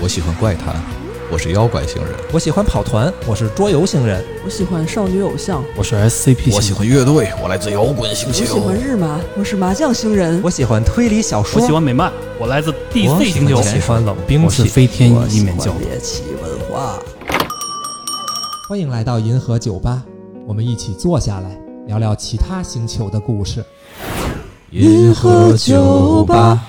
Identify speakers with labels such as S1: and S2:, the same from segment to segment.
S1: 我喜欢怪谈，我是妖怪星人，
S2: 我喜欢跑团，我是桌游星人，
S3: 我喜欢少女偶像，
S4: 我是 SCP，
S1: 我喜欢乐队，我来自摇滚星
S3: 我
S1: 球
S3: 喜，欢日麻，我是麻将星人，
S2: 我喜欢推理小说，
S5: 我喜欢美漫，我来自 DC 星球
S2: 我。喜欢冷兵
S4: 我是
S2: 器。
S4: 飞天
S3: 我
S4: 一
S3: 喜
S4: 面教
S3: 欢。猎奇文化。
S2: 欢迎来到银河酒吧，我们一起坐下来聊聊其他星球的故事。
S3: 银河酒吧。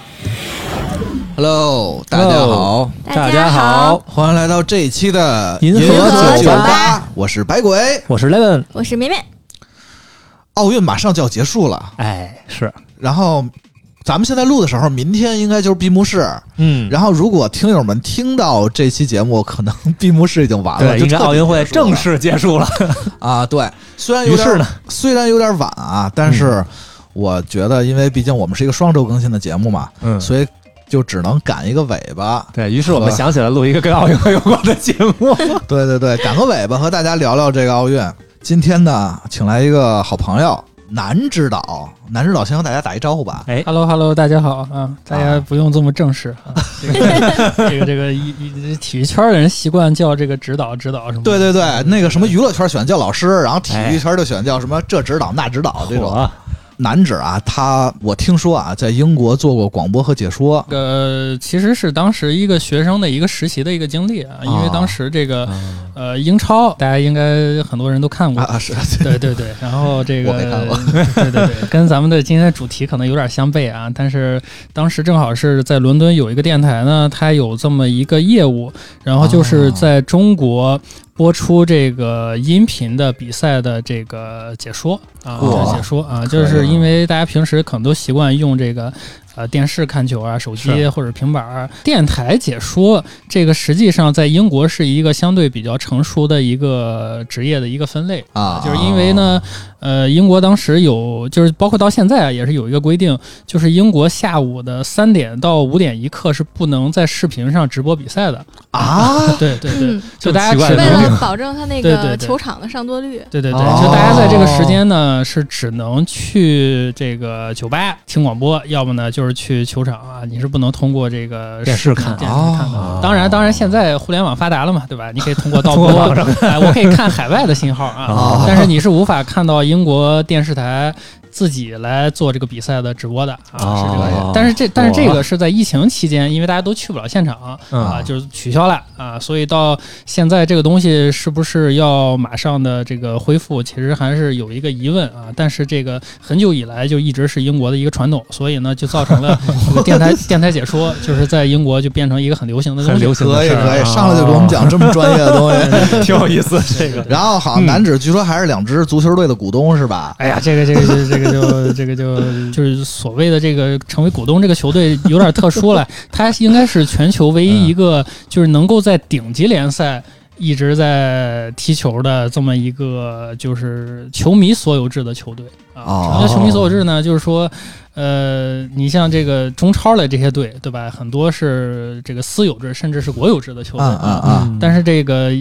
S1: Hello，大家好，
S6: 大家好，
S1: 欢迎来到这一期的
S4: 银河
S6: 酒
S1: 吧，
S6: 吧
S1: 我是百鬼。
S4: 我是 Levin，
S6: 我是绵绵。
S1: 奥运马上就要结束了，
S4: 哎，是，
S1: 然后咱们现在录的时候，明天应该就是闭幕式。
S4: 嗯，
S1: 然后，如果听友们听到这期节目，可能闭幕式已经完了，
S4: 对，
S1: 就
S4: 应
S1: 彻
S4: 该
S1: 底
S4: 奥运会
S1: 结束了
S4: 正式结束了。
S1: 啊。对，虽然有
S4: 于
S1: 点
S4: 是呢，嗯
S1: 虽然有点晚啊，但是我觉得，因为毕竟我们是一个双周更新的节目嘛，
S4: 嗯
S1: 所以就只能赶一个尾巴。
S4: 对于是我们
S1: 好吧
S4: 想起来录一个跟奥运会有关的节 目。
S1: 对对对，赶个尾巴和大家聊聊这个奥运。今天呢，请来一个好朋友，南指导，南指导先和大家打一招呼吧。
S5: 哎，
S7: Hello Hello，大家好啊！大家不用这么正式 啊，这个这个这个一一体育圈的人习惯叫这个指导指导什么的。
S1: 对对对，
S4: 嗯
S1: 那个什么娱乐圈喜欢叫老师，然后体育圈就喜欢叫什么这指导那指导这种。
S4: 哎火
S1: 南指啊，他我听说啊，在英国做过广播和解说
S7: 这个其实是当时一个学生的一个实习的一个经历啊，因为当时这个呃英超大家应该很多人都看
S1: 啊
S7: 过，
S1: 啊，是
S7: 对对对，然后这个
S1: 我没看过
S7: 对对对，跟咱们的今天的主题可能有点相悖啊，但是当时正好是在伦敦有一个电台呢，它有这么一个业务，然后
S1: 哦
S7: 就是在中国。播出这个音频的比赛的这个解说啊，
S1: 哇
S7: 解说啊，
S1: 以
S7: 就
S1: 啊
S7: 是因为大家平时可能都习惯用这个呃电视看球啊，手机
S4: 是
S7: 或者平板儿，电台解说这个实际上在英国是一个相对比较成熟的一个职业的一个分类
S1: 啊，
S7: 就是因为
S4: 哦
S7: 呢，呃，英国当时有，就是包括到现在啊，也是有一个规定，就是英国下午的三点到五点一刻是不能在视频上直播比赛的。
S1: 啊，
S7: 对对对，
S6: 嗯，
S7: 就大家
S4: 这么奇怪
S7: 只
S4: 的
S6: 为
S4: 规定
S7: 能。
S6: 了保证他那
S7: 对
S6: 个
S7: 对对
S6: 球场的上座率，
S7: 对对对，
S1: 哦
S7: 就大家在这个时间呢，是只能去这个酒吧听广播，要么呢就是去球场啊，你是不能通过这个
S4: 电视看
S7: 电视看的。
S4: 哦
S7: 当然，当然，现在互联网发达了嘛，对吧？你可以啊 通过盗播，哎，我可以看海外的信号
S4: 哦
S7: 啊，但是你是无法看到英国电视台自己来做这个比赛的直播的啊，是这个意
S4: 哦
S7: 思。但是这但是这个是在疫情期间，因为大家都去不了现场啊，
S4: 嗯，
S7: 就是取消了啊，所以到现在这个东西是不是要马上的这个恢复，其实还是有一个疑问啊。但是这个很久以来就一直是英国的一个传统，所以呢就造 成了这个电台电台解说就是在英国就变成一个很流行的东
S4: 很
S7: 西
S4: 流。行
S1: 可
S4: 的
S1: 以
S4: 事儿
S1: 可以，
S4: 啊
S1: 上来就给我们讲这么专业的东西。
S4: 挺有意思。这个
S1: 然后
S7: 嗯
S1: 好，男指据说还是两支足球队的股东是吧？
S7: 哎呀，这个这个这这个就这个就就是所谓的这个成为股东这个球队有点特殊了，它应该是全球唯一一个
S1: 嗯
S7: 就是能够在顶级联赛一直在踢球的这么一个就是球迷所有制的球队
S1: 哦
S7: 啊。什么叫球迷所有制呢？就是说。呃，你像这个中超的这些队，对吧？很多是这个私有制，甚至是国有制的球队
S1: 啊啊啊！
S7: 但是这个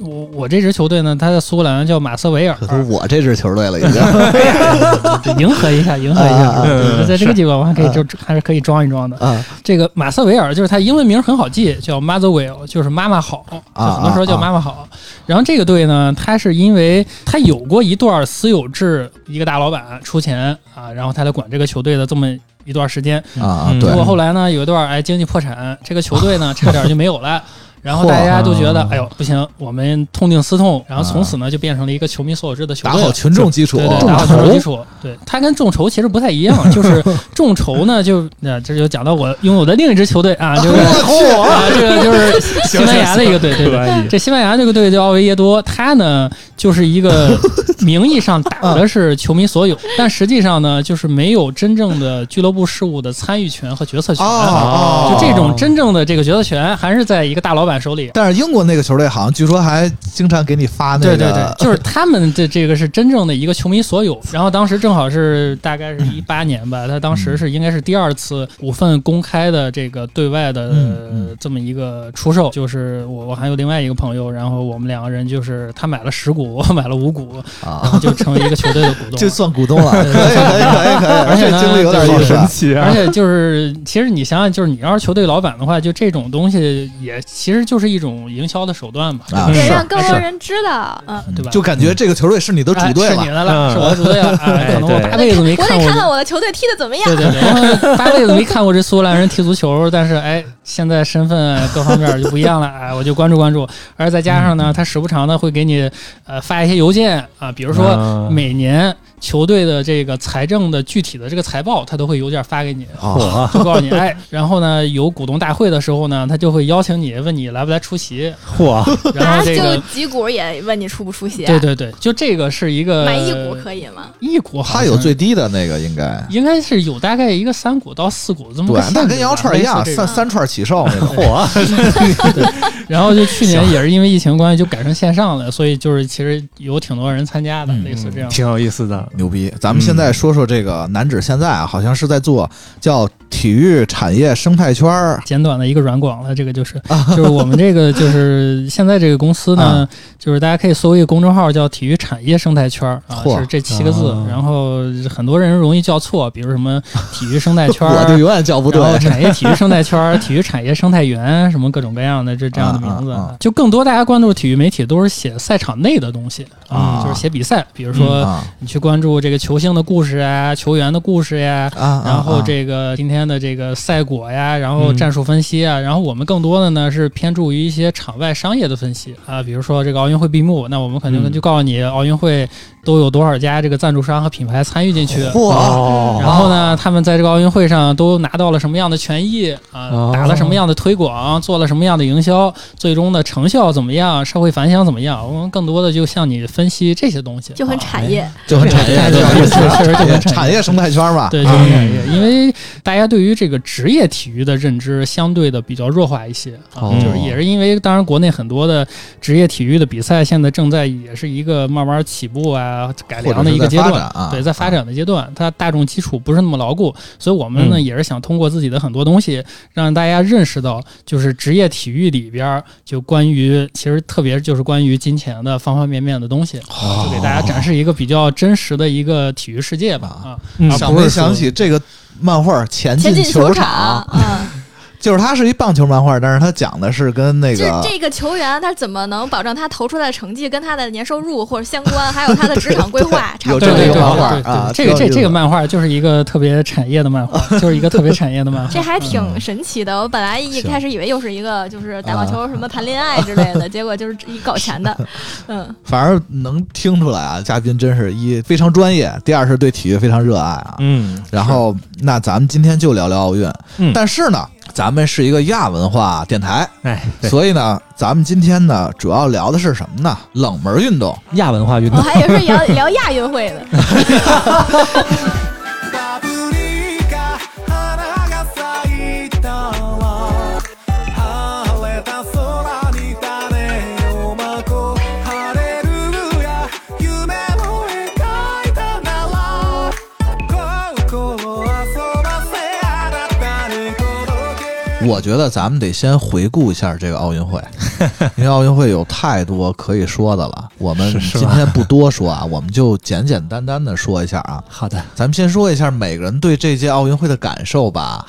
S7: 我我这支球队呢，它在苏格兰叫马瑟维尔，
S1: 可都是我这支球队了已 经。
S7: 迎合一下，迎合一下。
S1: 啊
S7: 对
S4: 嗯
S7: 在这个地方我还可以就还是可以装一装的。
S1: 啊
S7: 这个马瑟维尔就是他英文名很好记，叫 Motherwell，就是妈妈好，
S1: 啊
S7: 就很多时候叫妈妈好。然后这个队呢，他是因为他有过一段私有制，一个大老板出钱啊，然后他来管这个球队的这么一段时间。
S1: 啊！
S4: 嗯
S1: 对
S7: 不，过后来呢，有一段哎经济破产，这个球队 呢差点就没有了。然后
S1: 嚯
S7: 大家都觉得，哎呦不行，我们痛定思痛，然后从此呢就变成了一个球迷所有制的球
S1: 啊打
S7: 队了
S1: 好。群众基础
S7: 对，对，打好投入基础，对它跟众筹其实不太一样， 就是众筹呢，就那这就讲到我拥有的另一支球队 啊，就是
S1: 哦
S7: 啊，这个就是西班牙的一个队，对对
S4: 可以
S7: 对，这西班牙这个队叫奥维耶多，它呢就是 一个名义上打
S1: 嗯
S7: 的是球迷所有，但实际上呢就是没有真正的俱乐部事务的参与权和决策权。啊
S1: 哦哦，
S7: 就这种真正的这个决策权，还是在一个大老板板手里。
S1: 但是英国那个球队好像据说还经常给你发那
S7: 对
S1: 个，
S7: 对对， 就是他们的这个是真正的一个球迷所有。然后当时正好是大概是一八年吧，他当
S1: 嗯
S7: 时是应该是第二次股份公开的这个对外的
S1: 嗯嗯
S7: 呃这么一个出售。就是我我还有另外一个朋友，然后我们两个人就是他买了十股，我买了 五股，然
S1: 啊，
S7: 后就成为一个球队的 股东。
S1: 这算股东了，可以可以可以可以，
S7: 而
S1: 这
S7: 且呢
S1: 经历有点
S7: 对
S1: 意
S4: 好
S1: 思
S4: 神
S1: 啊。
S4: 奇
S7: 而
S4: 啊！
S7: 且就是，其实你想想，就是你要是球队老板的话，就这种东西也其实就是一种营销的手段嘛，
S1: 啊
S6: 得
S1: 是
S6: 让更多
S4: 是
S6: 人知道，嗯，
S7: 对吧？
S1: 就感觉这个球队是你的
S7: 哎
S1: 主队
S7: 是
S1: 了
S7: 你，的了，
S4: 嗯
S7: 是我的主队 了。哎
S4: 哎
S7: 可能我
S4: 对
S7: 八辈子没
S6: 我
S7: 看
S6: 得
S7: 过
S6: 看
S7: 这，
S6: 看我的球队踢得怎么样。
S7: 对对对，我八辈子没看过这苏格兰人踢足球，但是哎，现在身份各方面就不一样了， 哎，我就关注关注。而再加上呢，他时不常的会给你呃发一些邮件啊，比如说
S4: 啊
S7: 每年球队的这个财政的具体的这个财报，他都会邮件发 给你。
S1: 哦，
S7: 就告诉你，哎，然后呢，有股东大会的时候呢，他就会邀请你，问你来不来出席，
S4: 嚯，
S7: 然
S6: 啊
S7: 后这
S6: 就
S7: 个，
S6: 几股也问你出不出血，
S7: 对对对，就这个是一个
S6: 买一股可以吗？
S7: 一股好像，
S1: 他有最低的那个应该，
S7: 应该是有大概一个三股到四股这么
S1: 对
S7: 个，限制吧，
S1: 那跟羊肉串一样，
S7: 类似这
S1: 三
S7: 个嗯
S1: 三串起售那种。
S4: 嚯，
S7: 然后就去年也是因为疫情关系，就改成线上了，所以就是其实有挺多人参加的，
S1: 嗯
S7: 类似这样。
S4: 挺有意思的。
S1: 牛逼！咱们现在说说这个南指，现在啊，好像是在做叫体育产业生态圈儿
S7: 简短的一个软广了，这个就是
S1: 啊
S7: 就是我们这个就是现在这个公司呢，就是大家可以搜一个公众号叫“体育产业生态圈儿”啊，
S1: 嚯
S7: 是这七个字
S4: 啊。
S7: 然后很多人容易叫错，比如什么体育生态 圈
S1: 我就
S7: 儿。
S1: 永远叫不对
S7: 然。后产业体育生态圈 儿、体育产业生态园，什么各种各样的这这样的名字，
S1: 啊啊啊
S7: 就更多大家关注体育媒体都是写赛场内的东西嗯
S1: 啊
S7: 就是写比赛，比如说
S1: 啊
S7: 你去关注这个球星的故事啊、球员的故事呀、
S1: 啊啊！
S7: 然后
S1: 啊
S7: 这个今天的这个赛果呀，然后
S4: 嗯
S7: 战术分析啊，然后我们更多的呢是偏注于一些场外商业的分析啊，比如说这个奥运会闭幕，那我们肯定
S4: 嗯
S7: 就告诉你奥运会都有多少家这个赞助商和品牌参与进去。
S1: 嗯嚯，
S4: 哦，
S7: 然后呢，他们在这个奥运会上都拿到了什么样的权益啊、
S4: 哦
S7: 打了什么样的推广，做了什么样的营销，最终的成效怎么样，社会反响怎么样？我们更多的就向你分析这些东西，啊
S6: 就很产业，
S1: 就很产业，
S7: 对
S1: 就很产
S7: 确实
S1: 业
S7: 就很
S1: 产业啊生态圈儿嘛。
S7: 对，就是感觉，因为大家对于这个职业体育的认知相对的比较弱化一些啊，
S4: 哦
S7: 就是也是因为，当然国内很多的职业体育的比赛现在正在也是一个慢慢起步啊、改
S1: 或
S7: 良
S1: 者
S7: 的一
S1: 是
S7: 个
S1: 在
S7: 阶
S1: 发
S7: 段，
S1: 展啊，
S7: 对，在发展的阶段，它大众基础不是那么牢固，所以我们呢、
S4: 嗯
S7: 也是想通过自己的很多东西，让大家认识到，就是职业体育里边儿就关于其实特别就是关于金钱的方方面面的东西，
S1: 哦
S7: 就给大家展示一个比较真实的一个体育世界吧啊。
S4: 嗯
S7: 啊
S1: 想
S7: 不
S1: 没
S7: 是
S1: 想
S7: 说
S1: 起这个漫画《前
S6: 前
S1: 进
S6: 进哎球
S1: 场》，
S6: 嗯，
S1: 就是它是一棒球漫画，但是它讲的是跟那
S6: 这
S1: 个
S6: 这个球员他怎么能保证他投出来的成绩跟他的年收入或者相关，还有他的职场规划差不
S1: 有
S6: 多
S1: 这？么一个
S7: 对对
S1: 漫画
S7: 对对
S1: 啊，
S7: 这个这
S1: 挺有意思
S7: 这个漫画就是一个特别产业的漫画，就是一个特别产业的漫画。
S6: 这还挺神奇的，我本来一
S1: 行
S6: 开始以为又是一个就是打网球什么谈恋爱之类 的，结果就是一搞钱的，嗯，
S1: 反正能听出来啊，嘉宾真是一非常专业，第二是对体育非常热爱啊。
S4: 嗯，
S1: 然后，那咱们今天就聊聊奥运，
S4: 嗯
S1: 但是呢，咱们是一个亚文化电台，
S4: 哎，对，
S1: 所以呢，咱们今天呢主要聊的是什么呢？冷门运 动。
S4: 亚文化运
S6: 我
S4: 动，
S6: 哦还以为是聊 聊亚运会呢。
S1: 我觉得咱们得先回顾一下这个奥运 会，因为奥运会有太多可以说的了。我们
S4: 是是
S1: 今
S4: 吧
S1: 天不多说啊，我们就简简单单的说一下啊。
S4: 好的，
S1: 咱们先说一下每个人对这届奥运会的感受 吧。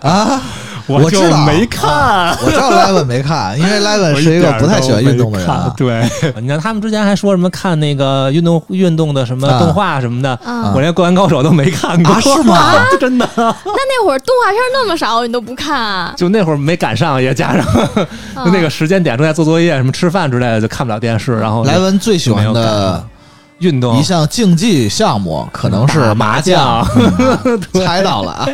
S1: 啊，我知
S4: 就
S1: 道
S4: 没看。
S1: 我知道 Levin 没看，因为 Levin
S4: 我
S1: 是一个
S4: 点儿
S1: 不太
S4: 都
S1: 喜欢
S4: 没
S1: 运动的人
S4: 看
S1: 啊。
S4: 对，你看他们之前还说什么看那个运动运动的什么
S1: 啊
S4: 动画什么的，
S6: 啊，
S4: 我连《灌篮高手》都没看过，
S1: 啊是吗？
S4: 真的，
S6: 那那会儿动画片那么少，你都不看 啊？
S4: 就那会儿没赶上，也加上
S6: 啊
S4: 那个时间点正在做作业、什么吃饭之类的，就看不了电视。然后就
S1: 莱文最喜欢的
S4: 运动
S1: 一项竞技 项目可能是
S4: 打麻
S1: 将
S4: 将，
S1: 嗯猜到 了啊！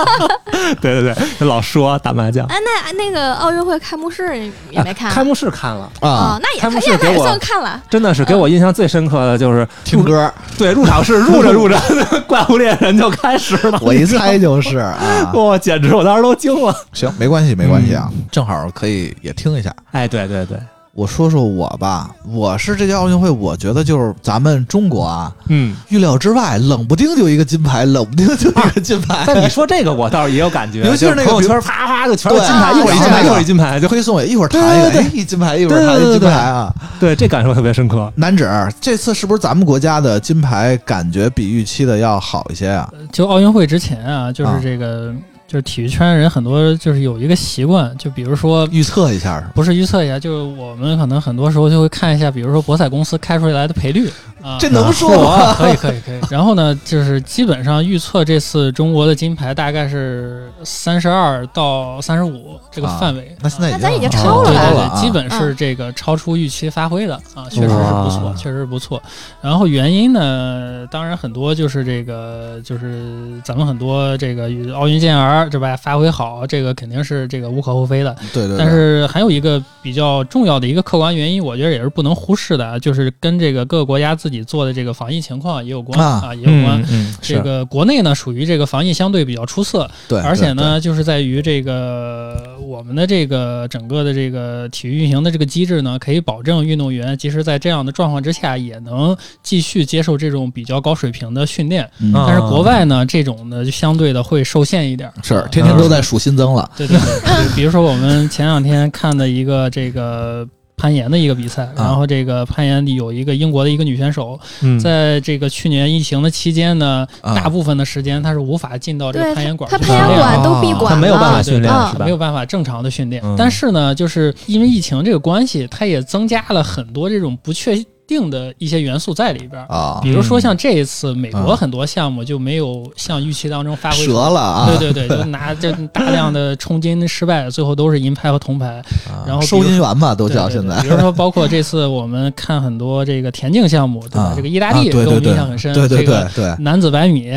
S4: 对对对，老说打麻将，
S6: 哎，那那个奥运会开幕式也没看
S4: 啊开幕式看了，
S1: 啊
S6: 啊，，那也
S4: 开幕式
S6: 哎呀那
S4: 给
S6: 也
S4: 我
S6: 算看了。
S4: 真的是给
S6: 哦
S4: 我印象最深刻的就是
S1: 听
S4: 入，
S1: 歌，
S4: 对，入场式入着入着， 怪物猎人就开始了，
S1: 我一猜就是 啊。
S4: 哇、简直我当时都惊了。
S1: 行，没关系，没关系啊，正好可以也听一下。
S4: 哎，对对对，
S1: 我说说我吧，我是这届奥运会，我觉得就是咱们中国啊，
S4: 嗯。
S1: 预料之外，冷不丁就一个金牌，冷不丁就一个金牌。
S4: 但你说这个，我倒是也有感觉，
S1: 尤其是那个
S4: 就朋友圈啪啪就全是
S1: 对哎
S4: 金牌，一会儿一金
S1: 一
S4: 牌，一
S1: 会
S4: 会
S1: 儿一
S4: 儿一金
S7: 啊
S4: 牌，就
S1: 推送也一会儿弹一个，
S4: 对
S1: 哎，一金牌，一会儿弹一
S4: 对对对
S1: 金牌啊。
S4: 对这感受特别深刻。
S1: 男指这次是不是咱们国家的金牌感觉比预期的要好一些啊？
S7: 就奥运会之前啊，就
S1: 啊
S7: 是这个、就是体育圈人很多就是有一个习惯，就比如说。
S1: 预测一下是吗？
S7: 不是预测一下，就是我们可能很多时候就会看一下，比如说博彩公司开出来的赔率啊，
S1: 这能说吗？
S7: 可以可以可以。然后呢，就是基本上预测这次中国的金牌大概是三十二到三十五这个
S1: 啊
S7: 范围。
S1: 那现在
S6: 那咱已经
S1: 啊
S6: 超了
S7: 对
S6: 吧
S1: 超
S7: 对对，
S1: 啊
S7: 基本是这个超出预期发挥的啊，确实是不
S4: 哇
S7: 错，确实是不错。然后原因呢，当然很多就是这个就是咱们很多这个奥运健儿对吧，发挥好，这个肯定是这个无可厚非的。
S1: 对对对，
S7: 但是还有一个比较重要的一个客观原因，我觉得也是不能忽视的啊，就是跟这个各个国家自己做的这个防疫情况也有关
S1: 啊
S7: 啊，也有关。
S4: 嗯，
S7: 这个国内呢，属于这个防疫相对比较出色，
S1: 对，
S7: 而且
S1: 对，
S7: 呢，就是在于这个我们的这个整个的这个体育运行的这个机制呢，可以保证运动员即使在这样的状况之下，也能继续接受这种比较高水平的训
S1: 对
S7: 练。
S1: 嗯
S4: 啊
S7: 但是国外呢，这种呢就相对的会受限一点儿，
S1: 是
S7: 啊
S1: 天天都在数新增了
S7: 对对对，对比如说我们前两天看的一个这个攀岩的一个比
S1: 啊
S7: 赛，然后这个攀岩里有一个英国的一个女选手，
S4: 嗯
S7: 在这个去年疫情的期间呢，
S1: 啊
S7: 嗯大部分的时间她是无法进到哦这
S6: 对
S7: 个攀岩馆，
S6: 他
S7: 去
S6: 培
S7: 锻
S6: 养
S7: 炼
S6: 馆都闭
S1: 啊
S6: 馆
S4: 哦
S6: 了，
S4: 他没有办法训练
S6: 啊
S4: 是吧
S7: 没有办法正常的训练
S4: 嗯。
S7: 但是呢，就是因为疫情这个关系，它也增加了很多这种不确定的一些元素在里边儿。
S1: 啊，
S7: 比如说像这一次，美国
S1: 嗯
S7: 很多项目就没有像预期当中发挥出
S1: 折 了啊，
S7: 对对对，就拿这大量的冲金失败，最后都是银牌和铜牌，
S1: 啊
S7: 嗯然后比如
S1: 收银员吧都叫
S7: 对对
S1: 现
S7: 对
S1: 在
S7: 比如说，包括这次我们看很多这个田径项目，对吧？
S1: 啊
S7: 这个意大
S1: 啊
S7: 利给
S1: 对
S7: 我
S1: 对
S7: 们
S1: 对
S7: 印象很深，
S1: 对对
S7: 这个
S1: 对对，
S7: 男子百米，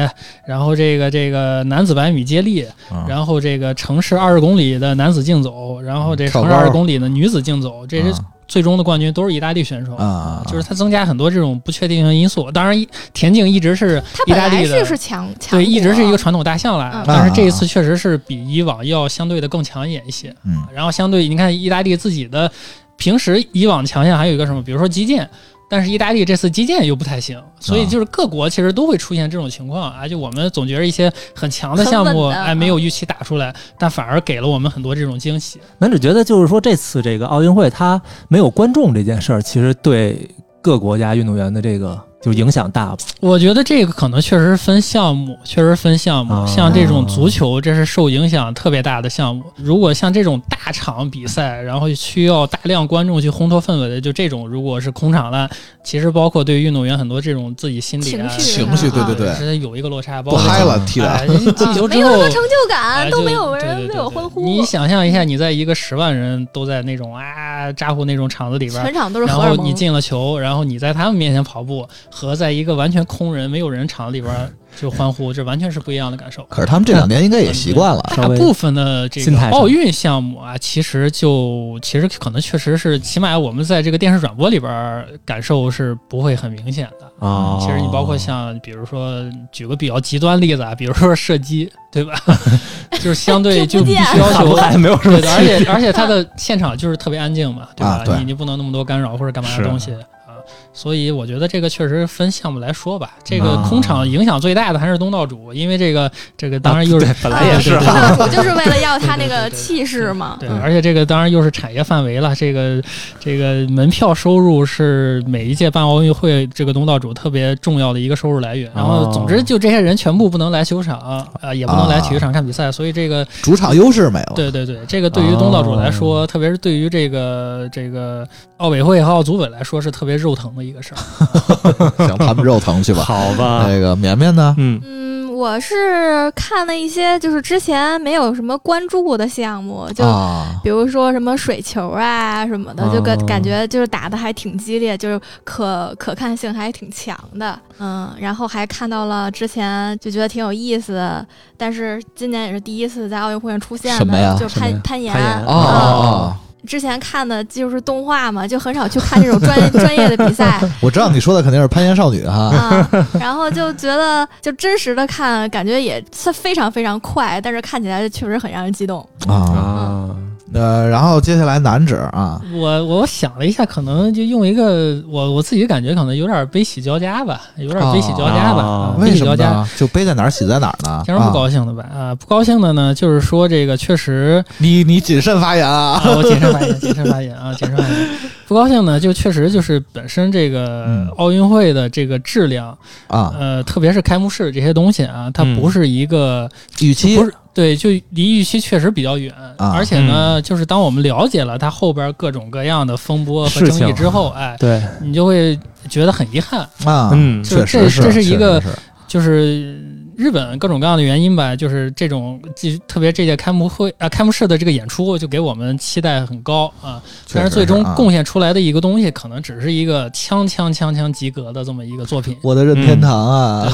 S7: 然后这个这个男子百米接力，
S1: 嗯
S7: 然后这个城市二十公里的男子竞走，然后这
S1: 嗯跳高
S7: 城市二十公里的女子竞走，这些
S1: 啊
S7: 最终的冠军都是意大利选手。
S1: 啊啊，
S7: 嗯就是它增加很多这种不确定性因素，当然田径一直是
S6: 他
S7: 意
S6: 本
S7: 大
S6: 来
S7: 利的，
S6: 就是强强
S7: 对，一直是一
S6: 国啊
S7: 个传统大项来
S1: 啊
S6: 嗯，
S7: 但是这一次确实是比以往要相对的更抢眼一些。
S1: 嗯
S7: 然后相对你看意大利自己的平时以往强项还有一个什么，比如说击剑。但是意大利这次击剑又不太行，所以就是各国其实都会出现这种情况啊！就我们总觉得一些很强的项
S6: 很
S7: 目，
S6: 稳的
S7: 哎，
S6: 嗯
S7: 没有预期打出来，但反而给了我们很多这种惊喜。
S4: 男只觉得就是说这次这个奥运会它没有观众这件事儿，其实对各国家运动员的这个就影响大吧？
S7: 我觉得这个可能确实是分项目，确实分项目。
S4: 啊
S7: 像这种足球，这是受影响特别大的项目。如果像这种大场比赛，然后需要大量观众去烘托氛围的，就这种如果是空场了，其实包括对运动员很多这种自己心理啊、
S6: 情绪
S1: 情绪，对
S6: 啊
S1: 对对，
S7: 是有一个落差，包
S1: 不
S7: 括
S1: 嗨了踢的
S7: 哎进球
S6: 没
S7: 之
S6: 有
S7: 后
S6: 什。么成就
S7: 哎
S6: 感，都
S7: 就
S6: 没有
S7: 对
S6: 人
S7: 对
S6: 为
S7: 对
S6: 我
S7: 对
S6: 欢呼，
S7: 你想象一下，你在一个十万人都在那种啊咋呼那种场子里边，
S6: 全场都是
S7: 然
S6: 荷尔
S7: 后
S6: 蒙
S7: 你。进了球，然后你在他们面前跑步，和在一个完全空人、没有人场里边儿就欢呼，这完全是不一样的感受。
S1: 可是他们这两年应该也习惯了，
S7: 大部分的这
S4: 心
S7: 个
S4: 态上
S7: 奥运项目啊，其实就其实可能确实是，起码我们在这个电视转播里边儿感受是不会很明显的。嗯
S4: 啊
S7: 其实你包括像，比如说举个比较极端例子啊，比如说射击，对吧？ 就是相
S6: 听
S7: 对就
S6: 不
S7: 必
S6: 见
S7: 须要
S4: 看不
S7: 求
S4: 来没有什么
S7: 对的，而且而且他 的现场就是特别安静嘛，对吧？
S1: 啊对
S7: 你你不能那么多干扰或者干嘛的东西啊，所以我觉得这个确实分项目来说吧，这个
S4: 啊
S7: 空场影响最大的还是东道主，因为这个这个当然又是、
S4: 对本来也是
S7: 啊
S6: 东
S7: 对
S6: 道主就是为了要他那
S7: 对对对
S6: 个
S7: 对
S6: 气势嘛，
S7: 对，
S4: 嗯
S7: 而且这个当然又是产业范围了。这个这个门票收入是每一届办奥运会这个东道主特别重要的一个收入来源。然后，总之就这些人全部不能来球场啊、呃也不能来体育场看比赛，所以这个
S1: 主场优势没有，
S7: 对对对，这个对于东道主来说，特别是对于这个这个奥委会和奥组委来说，是特别肉疼的一个事儿。
S1: 行，他们肉疼去吧。
S4: 好吧？
S1: 那个绵绵呢？
S4: 嗯，
S6: 嗯，我是看了一些就是之前没有什么关注过的项目，就
S4: 哦
S1: 啊，
S6: 比如说什么水球啊什么的，就
S1: 哦
S6: 感感觉就是打的还挺激烈，就是可可看性还挺强的，嗯，然后还看到了之前就觉得挺有意思，但是今年也是第一次在奥运会上出现
S1: 什么呀
S6: 的，就是
S4: 什么
S6: 攀
S4: 呀
S6: 岩，嗯
S4: 攀岩
S1: 哦哦
S6: 之前看的就是动画嘛，就很少去看这种 专专业的比赛
S1: 哦，我知道你说的肯定是攀岩少女哈，
S6: 啊、然后就觉得就真实的看，感觉也是非常非常快，但是看起来确实很让人激动。
S1: 啊，
S4: 啊，
S1: 呃，然后接下来男指啊，
S7: 我我想了一下，可能就用一个我我自己感觉可能有点悲喜交加吧，有点悲喜交加吧，
S4: 哦
S7: 啊悲
S1: 为
S7: 喜
S1: 什么
S7: 交加。
S1: 呢？就背在哪儿洗在哪儿呢？
S7: 当然不
S1: 啊
S7: 高兴的吧？啊，不高兴的呢，就是说这个 确实
S1: 你你谨慎发言啊，
S7: 啊，我谨慎发言，谨慎发言啊，谨慎发言。不高兴呢，就确实就是本身这
S1: 嗯
S7: 个奥运会的这个质量，
S1: 啊，
S7: 呃，特别是开幕式这些东西啊，它
S4: 嗯
S7: 不是一个、
S1: 预期
S7: 不是对，就离预期确实比较远。
S1: 啊
S7: 而且呢，就是当我们了解了它后边各种各样的风波和
S4: 事
S7: 争议
S4: 情
S7: 之后，哎，
S4: 对，
S7: 你就会觉得很遗憾，
S1: 啊，
S4: 嗯
S1: 确
S7: 这
S1: 实是，
S7: 这是一个
S1: 确实是
S7: 就是日本各种各样的原因吧，就是这种，就特别这届开幕会啊、开幕式的这个演出，就给我们期待很高啊。
S1: 确
S7: 但
S1: 实
S7: 是最终
S1: 啊
S7: 贡献出来的一个东西，可能只是一个锵锵锵锵及格的这么一 个作品。
S1: 我的任天堂啊，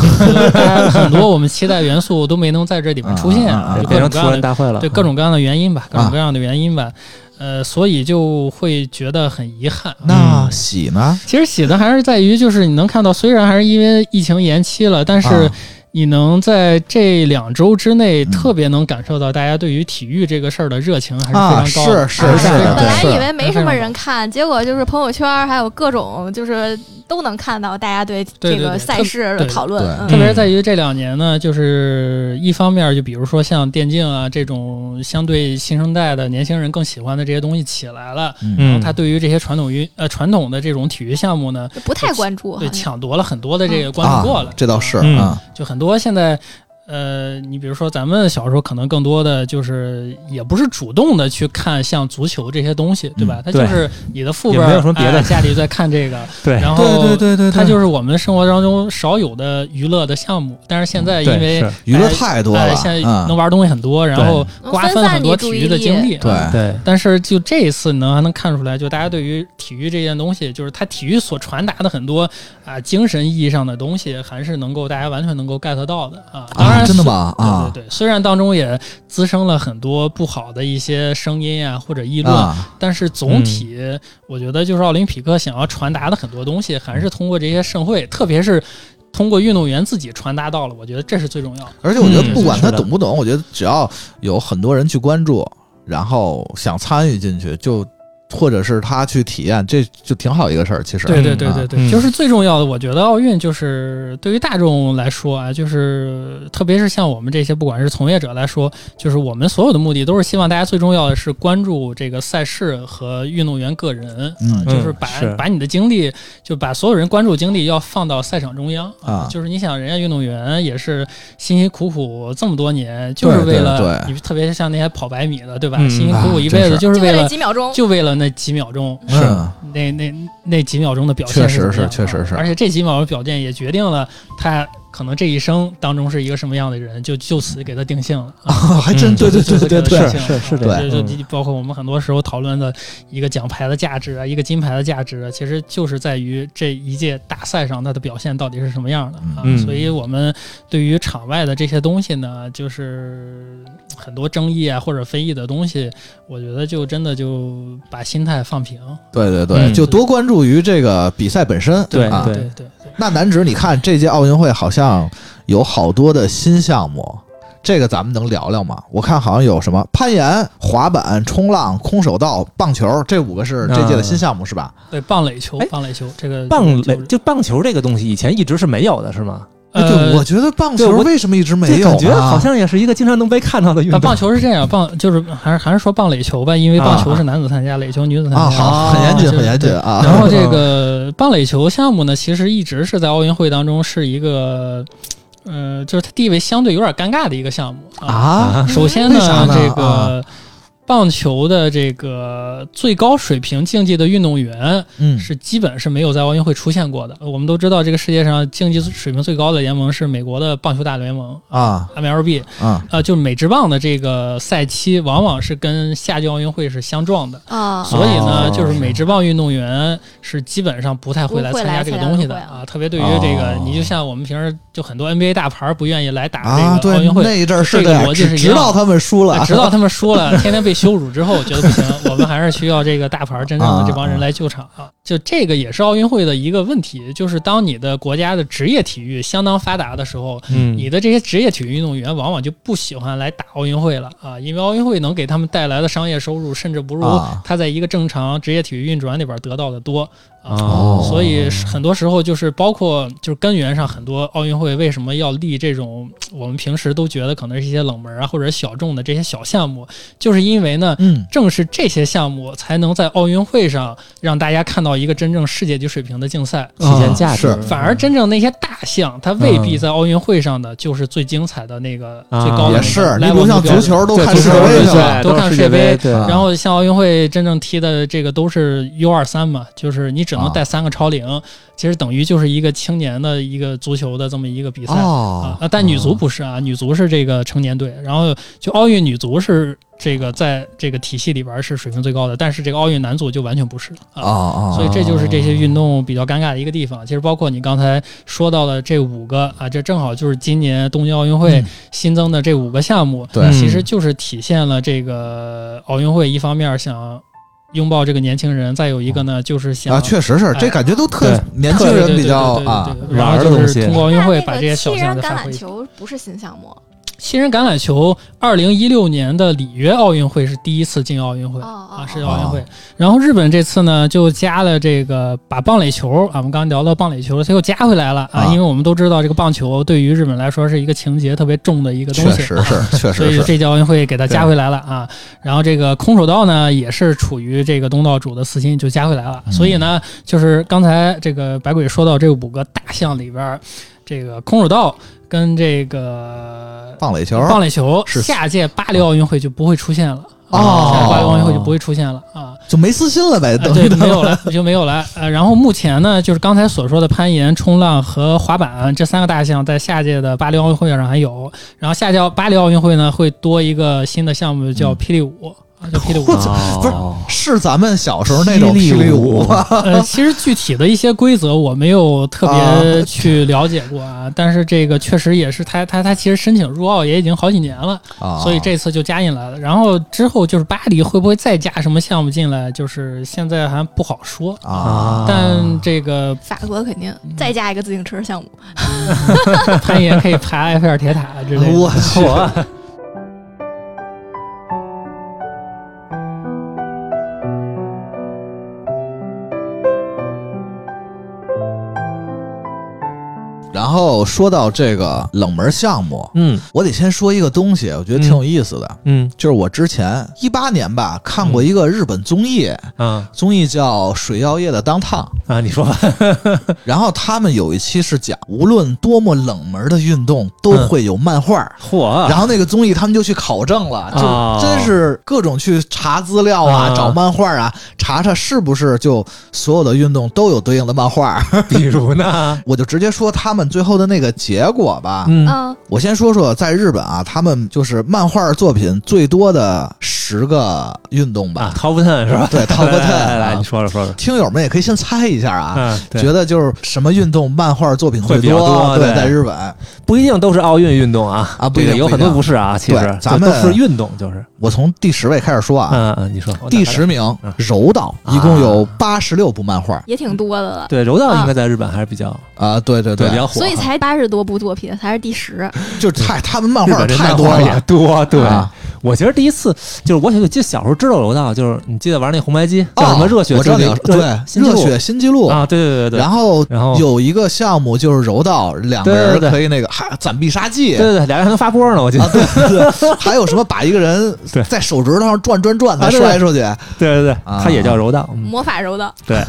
S7: 很多我们期待元素都没能在这里面出现，
S1: 啊啊啊对
S7: 就各
S4: 变成
S7: 种各
S4: 突
S7: 样
S4: 然
S7: 的
S4: 大会了，
S7: 对各种各样的原因吧，
S1: 啊
S7: 各种各样的原因吧，呃，所以就会觉得很遗憾。啊
S1: 那喜呢？
S7: 其实喜的还是在于，就是你能看到，虽然还是因为疫情延期了，但是
S1: 啊
S7: 你能在这两周之内
S1: 嗯
S7: 特别能感受到大家对于体育这个事儿的热情还是非
S1: 啊，
S7: 常高的。
S1: 是是
S6: 啊
S1: 是的，
S6: 本来
S1: 是的
S6: 以为没什么人看，结果就是朋友圈还有各种就是都能看到大家对
S7: 对
S6: 这个
S7: 对
S6: 赛事的
S7: 对
S6: 讨论
S1: 对。
S6: 嗯
S7: 特别是在于这两年呢，就是一方面，就比如说像电竞啊这种相对新生代的年轻人更喜欢的这些东西起来了，
S1: 嗯，
S4: 嗯，
S7: 他对于这些传统运呃传统的这种体育项目呢，
S6: 就不太关注，
S7: 对
S6: 好像
S7: 抢夺了很多的这个关
S1: 啊，
S7: 注过了，
S1: 这倒是
S4: 嗯
S1: 啊，
S7: 就很多现在，呃，你比如说咱们小时候可能更多的就是也不是主动的去看像足球这些东西，对吧？它
S4: 嗯
S7: 就
S4: 对
S7: 是你的父辈
S4: 也没有什么别的
S7: 哎家里在看这个，
S4: 对
S7: 然后
S1: 对对对对，
S7: 它就是我们生活当中少有的娱乐的项目。但是现在因
S4: 嗯
S7: 为
S4: 对是
S1: 娱乐太多
S7: 哎
S1: 了，
S7: 现在能
S1: 嗯，
S7: 玩东西很多，然后
S6: 能
S7: 瓜
S6: 分
S7: 分
S6: 散
S7: 很多
S6: 你注
S7: 体
S6: 意
S7: 育的
S6: 力
S7: 精力，
S1: 对
S7: 啊
S4: 对，
S7: 但是就这一次，你能还能看出来，就大家对于体育这件东西，就是它体育所传达的很多啊、精神意义上的东西，还是能够大家完全能够 get 到的啊。当然、
S1: 啊，真的？吗？啊
S7: 对对对，虽然当中也滋生了很多不好的一些声音啊或者议论，
S1: 啊，嗯
S7: 但是总体、我觉得就是奥林匹克想要传达的很多东西，还是通过这些盛会，特别是通过运动员自己传达到了，我觉得这是最重要的。
S1: 而且我觉得
S4: 嗯
S1: 不管他
S4: 是的
S1: 懂不懂，我觉得只要有很多人去关注，然后想参与进去，就或者是他去体验，这就挺好一个事儿。其实，啊
S7: 对对对对对，
S4: 嗯
S7: 就是最重要的。我觉得奥运就是对于大众来说啊，就是特别是像我们这些不管是从业者来说，就是我们所有的目的都是希望大家最重要的是关注这个赛事和运动员个人，
S1: 嗯
S7: 啊，就是
S4: 嗯
S7: 把
S4: 是
S7: 把你的精力，就把所有人关注精力要放到赛场中央
S1: 啊
S7: 就是你想，人家运动员也是辛辛苦苦这么多年，就是
S1: 对
S7: 为了
S1: 对
S7: 你，特别是像那些跑百米的，对吧？
S4: 嗯
S7: 辛辛苦苦
S1: 啊
S7: 一
S1: 真
S7: 辈子
S1: 是
S7: 就是
S6: 就为
S7: 为了
S6: 了几秒钟，
S7: 就为了那几秒钟。
S1: 是
S4: 嗯
S7: 那那那几秒钟的表现，
S1: 确实
S7: 是怎么样啊
S1: 是确实是
S7: 而且这几秒钟表现也决定了他可能这一生当中是一个什么样的人，就就此给他定性了。啊
S1: 啊， 还真
S4: 嗯
S1: 对对对对对
S7: 就
S1: 对
S7: 就，
S4: 是是是
S1: 这样
S7: 啊就
S4: 对
S7: 就包括我们很多时候讨论的一个奖牌的价值啊，一个金牌的价值啊，其实就是在于这一届大赛上他的表现到底是什么样的啊。
S4: 嗯
S7: 所以我们对于场外的这些东西呢，就是很多争议啊或者非议的东西，我觉得就真的就把心态放平。啊
S1: 对对对，
S4: 嗯
S1: 就多关注于这个比赛本身。
S4: 对
S1: 啊，
S7: 对对对。
S1: 那男职，你看这届奥运会好像有好多的新项目，这个咱们能聊聊吗？我看好像有什么攀岩、滑板、冲浪、空手道、棒球，这五个是这届
S4: 嗯
S1: 的新项目是吧？
S7: 对，棒垒球
S4: 哎，
S7: 棒垒球这个
S1: 嗯
S4: 棒
S7: 这
S4: 垒
S7: 个就是
S4: 就棒球这个东西以前一直是没有的，是吗？
S1: 哎
S7: 呃，
S1: 对，我觉得棒
S4: 对
S1: 球
S4: 我
S1: 为什么一直没
S4: 这
S1: 有啊？
S4: 感觉好像也是一个经常能被看到的运
S7: 啊
S4: 动。
S7: 棒球是这样，棒就是还是还是说棒垒球吧，因为棒
S4: 啊
S7: 球是男子参加，垒球女子参加。
S1: 啊，好，很严
S7: 啊
S1: 谨，
S7: 就是
S1: 很严谨
S7: 对
S1: 啊。
S7: 然后这个棒垒球项目呢，其实一直是在奥运会当中是一个，呃，就是它地位相对有点尴尬的一个项目啊。
S1: 啊，
S7: 首先
S1: 为
S7: 呢
S1: 啥，呢
S7: 这
S1: 啊
S7: 个棒球的这个最高水平竞技的运动员
S1: 嗯
S7: 是基本是没有在奥运会出现过的。呃我们都知道，这个世界上竞技水平最高的联盟是美国的棒球大联盟
S1: 啊
S7: （MLB），
S1: 啊，
S7: 呃，就是美职棒的这个赛期往往是跟夏季奥运会是相撞的。
S6: 啊，
S7: 所以呢
S4: 哦，
S7: 就是美职棒运动员是基本上不太会来参加这个东西的
S6: 不会来参加奥运会
S7: 啊，特别对于这个
S1: 哦，
S7: 你就像我们平时就很多 NBA 大牌不愿意来打
S1: 啊，
S7: 这个奥
S1: 对
S7: 运，
S1: 那
S7: 会，
S1: 一阵儿是
S7: 这个
S1: 样
S7: 逻辑
S1: 直
S7: 是一
S1: 直
S7: 样
S1: 到
S7: 的
S1: 他们输了，
S7: 直到他们说了，天天被羞辱之后，觉得不行，我们还是需要这个大牌真正的这帮人来救场啊。就这个也是奥运会的一个问题，就是当你的国家的职业体育相当发达的时候，
S4: 嗯，
S7: 你的这些职业体育运动员往往就不喜欢来打奥运会了啊，因为奥运会能给他们带来的商业收入，甚至不如
S1: 啊
S7: 他在一个正常职业体育运转里边得到的多啊。
S4: 哦
S7: 所以是很多时候就是包括就是根源上，很多奥运会为什么要立这种我们平时都觉得可能是一些冷门啊或者小众的这些小项目，就是因为 呢。
S1: 嗯
S7: 正是这些项目才能在奥运会上让大家看到一个真正世界级水平的竞赛。
S4: 体现价值
S1: 是，
S7: 反而真正那些大项，它未必在奥运会上的就是最精彩的那个
S4: 啊
S7: 最高的
S1: 嗯也
S7: 那个
S1: 是，你
S7: level
S1: 不像
S7: 目标
S1: 足。球都
S4: 对
S1: 看
S4: 足
S1: 世
S4: 球
S1: 界杯去
S7: 对
S1: 了，
S7: 都
S4: 都
S7: 看
S4: 是
S7: 世
S4: 世界
S7: 界杯
S4: 杯，对，
S1: 啊
S7: 然后像奥运会真正踢的这个都是 U 二三嘛，就是你只
S1: 啊
S7: 能带三个超龄，其实等于就是一个青年的一个足球的这么一个比赛
S1: 哦
S7: 啊。但女足不是啊，女足是这个成年队，然后就奥运女足是这个在这个体系里边是水平最高的，但是这个奥运男足就完全不是
S1: 哦
S7: 啊。
S1: 哦，
S7: 所以这就是这些运动比较尴尬的一个地方。其实包括你刚才说到的这五个啊，这正好就是今年东京奥运
S1: 啊
S7: 会新增的这五个项目，
S1: 嗯对
S7: 其实就是体现了这个奥运会一方面想拥抱这个年轻人，再有一个呢就是想
S1: 啊，确实是，这
S7: 哎
S1: 感觉都特
S4: 对
S1: 年轻人比较啊，
S7: 对对对对对对对然后就是通过奥运会把这些小
S6: 那
S7: 项
S6: 那个
S7: 的
S6: 七人
S7: 发
S6: 橄
S7: 挥
S6: 榄。球不是新项目
S7: 新人橄榄球，二零一六年的里约奥运会是第一次进奥运会。
S6: 哦
S7: 啊，是
S6: 哦
S7: 奥运会。然后日本这次呢，就加了这个把棒垒球啊，我们刚刚聊到棒垒球，它又加回来了啊，
S1: 啊
S7: 因为我们都知道这个棒球对于日本来说是一个情节特别重的一个东
S1: 确
S7: 西，
S1: 实
S7: 啊
S1: 是，确
S7: 所
S1: 实
S7: 以
S1: 是，
S7: 这届奥运会给它加回来了啊。然后这个空手道呢，也是处于这个东道主的私心，就加回来了。
S1: 嗯
S7: 所以呢，就是刚才这个白鬼说到这五个大项里边儿，这个空手道跟这个
S1: 棒垒球，
S7: 棒垒球，
S1: 是
S7: 下届巴黎奥运会就不会出现了。
S1: 哦
S7: 啊下届巴黎奥运会就不会出现了啊，
S1: 就没私心了呗，
S7: 啊
S1: 等
S7: 对，
S1: 于
S7: 就没有了， 就没有了。呃，然后目前呢，就是刚才所说的攀岩、冲浪和滑板这三个大项，在下届的巴黎奥运会上还有。然后下届巴黎奥运会呢，会多一个新的项目叫霹雳舞，啊，叫霹雳舞。
S1: 嗯我操不是
S7: 哦
S1: 是咱们小时候那种霹
S4: 霹
S1: 雳
S4: 雳
S1: 舞
S4: 舞
S1: 吗？
S7: 呃，其实具体的一些规则我没有特
S1: 啊
S7: 别去了解过啊，但是这个确实也是他他他其实申请入奥也已经好几年了。
S1: 啊，
S7: 所以这次就加进来了。然后之后就是巴黎会不会再加什么项目进来，就是现在还不好说。
S1: 啊，
S7: 但这个
S6: 法国肯定
S7: 嗯
S6: 再加一个自行车项目，
S7: 攀岩可以爬埃菲尔铁塔之类的。
S1: 我去，
S4: 我
S1: 然后说到这个冷门项目，
S4: 嗯
S1: 我得先说一个东西，我觉得挺有意思的，
S4: 嗯
S1: 就是我之前一八年吧看过一个日本综艺，
S5: 嗯
S4: 啊
S1: 综艺叫《水曜夜的当烫》，
S4: 啊，你说吧，
S1: 然后他们有一期是讲，无论多么冷门的运动都会有漫画。
S4: 嚯，
S1: 然后那个综艺他们就去考证了，
S4: 哦
S1: 就真是各种去查资料啊，
S4: 啊
S1: 找漫画啊，查查是不是就所有的运动都有对应的漫画。
S4: 比如 呢，
S1: 我就直接说他们最后的那个结果吧。
S4: 嗯
S6: 嗯，
S1: 我先说说在日本啊，他们就是漫画作品最多的十个运动吧。
S4: 啊，Top Ten 是吧？
S1: 对，Top
S4: 来来
S1: Ten
S4: 来
S1: 啊
S4: 来，你说说说说，
S1: 听友们也可以先猜一下啊，
S4: 嗯，对
S1: 觉得就是什么运动漫画作品
S4: 会比
S1: 多，
S4: 较多
S1: 对，
S4: 对
S1: 在日本。
S4: 不一定都是奥运运动啊
S1: 啊不一定
S4: 这个有很
S1: 不一
S4: 多
S1: 定
S4: 不是啊，其
S1: 对
S4: 实
S1: 咱们
S4: 都是运动，就是
S1: 我从第十位开始说啊，
S4: 嗯嗯，你说
S1: 第十，名
S4: 嗯
S1: 柔道，
S4: 啊
S1: 一共有八十六部漫画
S6: 也
S7: 嗯
S6: 挺多的了，
S4: 对柔道应该在日本还是比较
S1: 啊，对啊对
S4: 比较火，
S6: 所以才八十多部作品，才是第十。
S7: 嗯
S1: 就太他们漫
S4: 日
S1: 画
S4: 本这
S1: 太
S4: 漫
S1: 多
S4: 画也
S1: 了。
S4: 多，对
S1: 啊。
S4: 我其实第一次就是我小记得小时候知道柔道，就是你记得玩那红白机叫什么
S1: 哦
S4: 热血
S1: 我知道
S4: 之
S1: 你
S4: 灵，
S1: 要说
S4: 热
S1: 对
S4: 新纪
S1: 热
S4: 录
S1: 血新纪录
S4: 啊，对对对对
S1: 然后
S4: 然后
S1: 有一个项目就是柔道，两个
S4: 对对
S1: 人
S4: 对
S1: 可以那个还攒必杀技
S4: 对对对，俩人还能发波呢，我记得
S1: 啊，，对对对， 还有什么把一个人
S4: 对
S1: 在手指头上转转转，再
S4: 啊对
S1: 摔出去
S4: 对对对，
S1: 啊
S4: 它也叫柔道，嗯
S6: 魔法柔道。
S4: 对，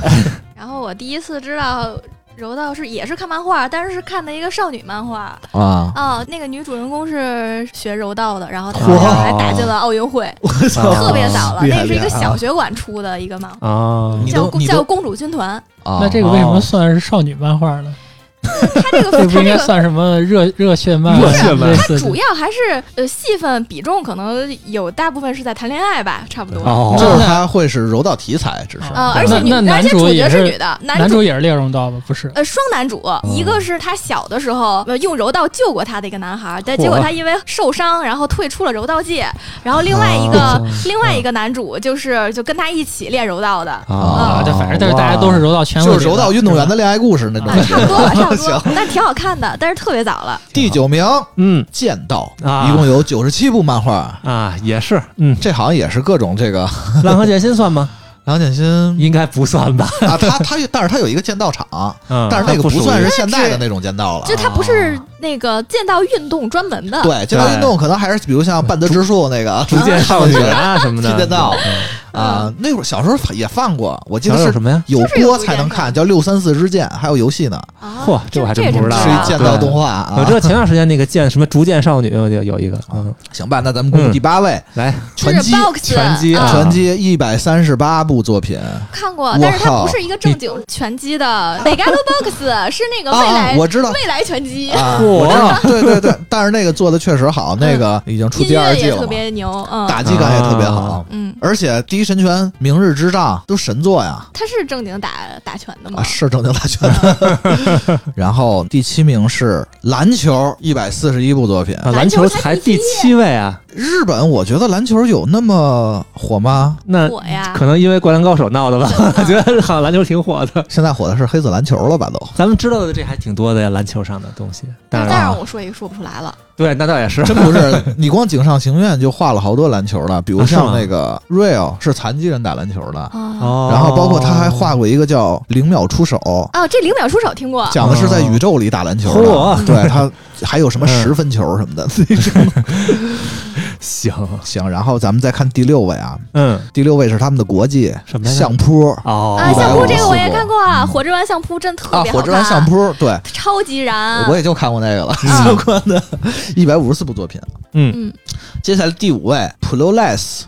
S6: 然后我第一次知道柔道是也是看漫画，但是是看的一个少女漫画。
S1: 啊！
S6: 哦，那个女主人公是学柔道的，然后她
S1: 哇
S6: 还打进了奥运会，
S1: 我操
S6: 特别早了。
S1: 厉害
S6: 那是一
S1: 厉
S6: 个
S1: 害啊
S6: 小学馆出的一个漫画，
S4: 啊
S1: 你
S6: 叫
S1: 都
S6: 公
S1: 你
S6: 叫
S1: 都
S6: 公主军团。
S1: 啊！
S7: 那这个为什么算是少女漫画呢？
S6: 它这 个
S7: 这
S6: 它
S7: 不应
S6: 这
S7: 该
S6: 个
S7: 算什么热热血漫？
S4: 热血漫
S7: 类
S6: 它
S7: 似
S6: 主
S7: 的。
S6: 要还是呃戏份比重可能有大部分是在谈恋爱吧，差不多。
S4: 哦
S1: 就是他会是柔道题材，只是
S6: 呃，
S7: 对
S6: 而且女，
S7: 那那
S6: 而且
S7: 男主
S6: 主角
S7: 也
S6: 是
S7: 是
S6: 女的，
S7: 男主也是猎人道吧？不是，
S1: 哦
S6: 呃，双男主，一个是他小的时候呃用柔道救过他的一个男孩，但结果
S4: 嚯
S6: 他因为受伤，然后退出了柔道界。然后另外一个、另外一个男主就是就跟他一起练柔道的，
S4: 啊
S7: 啊，对，反正但是大家都是柔道圈子里
S1: 就
S7: 的，
S1: 是柔哦道运动员的恋爱故事那种
S6: 啊
S1: 感，
S6: 差不
S1: 觉。
S6: 多吧，差不多
S1: 嗯 行，
S6: 但挺好看的，但是特别早了。
S1: 第九名《
S4: 嗯
S1: 剑道》，
S4: 啊
S1: 一共有九十七部漫画，
S4: 啊，也是，嗯，
S1: 这好像也是各种这个
S4: 浪客剑心算吗？
S1: 杨建新
S4: 应该不算吧，
S1: 啊，他他但是他有一个剑道场，
S4: 嗯，
S1: 但是那个
S4: 它
S1: 不
S4: 属于
S1: 算是现代的那种剑道了
S6: 就。他不是那个剑道运动专门的，
S1: 哦对，剑道运动可能还是比如像半泽直树那个
S4: 逐渐少女 啊什么的，
S1: 踢得到
S4: 嗯
S1: 啊，那会儿小时候也放过，我记
S4: 小
S1: 得
S4: 时候
S1: 是
S4: 有什么呀？
S1: 有
S6: 就是有
S1: 播
S6: 毒
S1: 才
S6: 焰
S1: 能
S6: 的
S1: 看，叫《六三四之剑》，还有游戏呢，
S6: 啊，
S4: �嚯这我还
S6: 这
S4: 真不知道
S1: 是
S4: 啊
S1: 一剑
S6: 这真不知道
S1: 道
S4: 对
S1: 动画啊。
S4: 我知道前段时间那个剑什么逐渐少女有有有一个，嗯，
S1: 行吧，那咱们公布
S4: 嗯
S1: 第八位，
S4: 来
S6: 就
S1: 拳
S6: 是
S1: 击，
S6: box
S4: 拳击
S6: 啊
S1: 拳击一百三十八部作品啊
S6: 看过
S1: 我，
S6: 但是它
S1: 靠
S6: 不是一个正经拳击的 Megalo Box，是那个未
S1: 啊
S6: 来，
S1: 我知道。
S6: 未来拳击，
S1: 啊，
S4: 嚯
S1: 我知道，对对对，但是那个做的确实好，那个已经出
S6: 音
S1: 第二
S6: 乐
S1: 季
S6: 也
S1: 了
S6: 特
S1: 嘛，
S6: 别牛，嗯
S1: 打击感也特别好
S4: 啊，
S6: 嗯，
S1: 而且《第一神拳》《明日之杖》都神作呀，
S6: 他是正经打打拳的吗？
S1: 啊，是正经打拳的。 然后第七名是篮球，一百四十一部作品。
S4: 啊，
S6: 篮
S4: 篮
S6: 球
S4: 球
S6: 才
S4: 才
S6: 第
S4: 第
S6: 七
S4: 七位啊，
S1: 日本，我觉得篮球有那么火吗？
S4: 那
S6: 我呀，
S4: 可能因为《灌篮高手》闹的吧， 我觉得好像篮球挺火的。
S1: 现在火的是黑子篮球了吧？都
S4: 咱们知道的这还挺多的呀，篮球上的东西。当
S6: 但
S4: 然
S6: 让
S4: 了，
S6: 我说也说不出来了。
S4: 对，那倒也是
S1: 真不 是，你光井上行院就画了好多篮球了，比如
S4: 啊是吗
S1: 像那个 Real 是残疾人打篮球的，
S6: 哦
S4: 哦。
S1: 然后包括他还画过一个叫《零秒出手》，
S6: 哦，这零秒出手听过，
S1: 讲的是在宇宙里打篮球的
S4: 嚯，
S1: 对他还有什么
S4: 嗯
S1: 十分球什么的。
S4: 行，
S1: 行，然后咱们再看第六位啊，
S4: 嗯，
S1: 第六位是他们的国际
S4: 什么来着
S1: 相扑
S4: 哦，
S6: 啊，相扑这个我也
S1: 154
S6: 看过，火之丸相扑真特
S1: 嗯啊，
S6: 别好看，嗯
S1: 火之丸相扑，对
S6: 超级燃，
S1: 我也就看过那个了， 相关的一百五十四部作品。
S6: 嗯，
S1: 接下来第五位 Proless，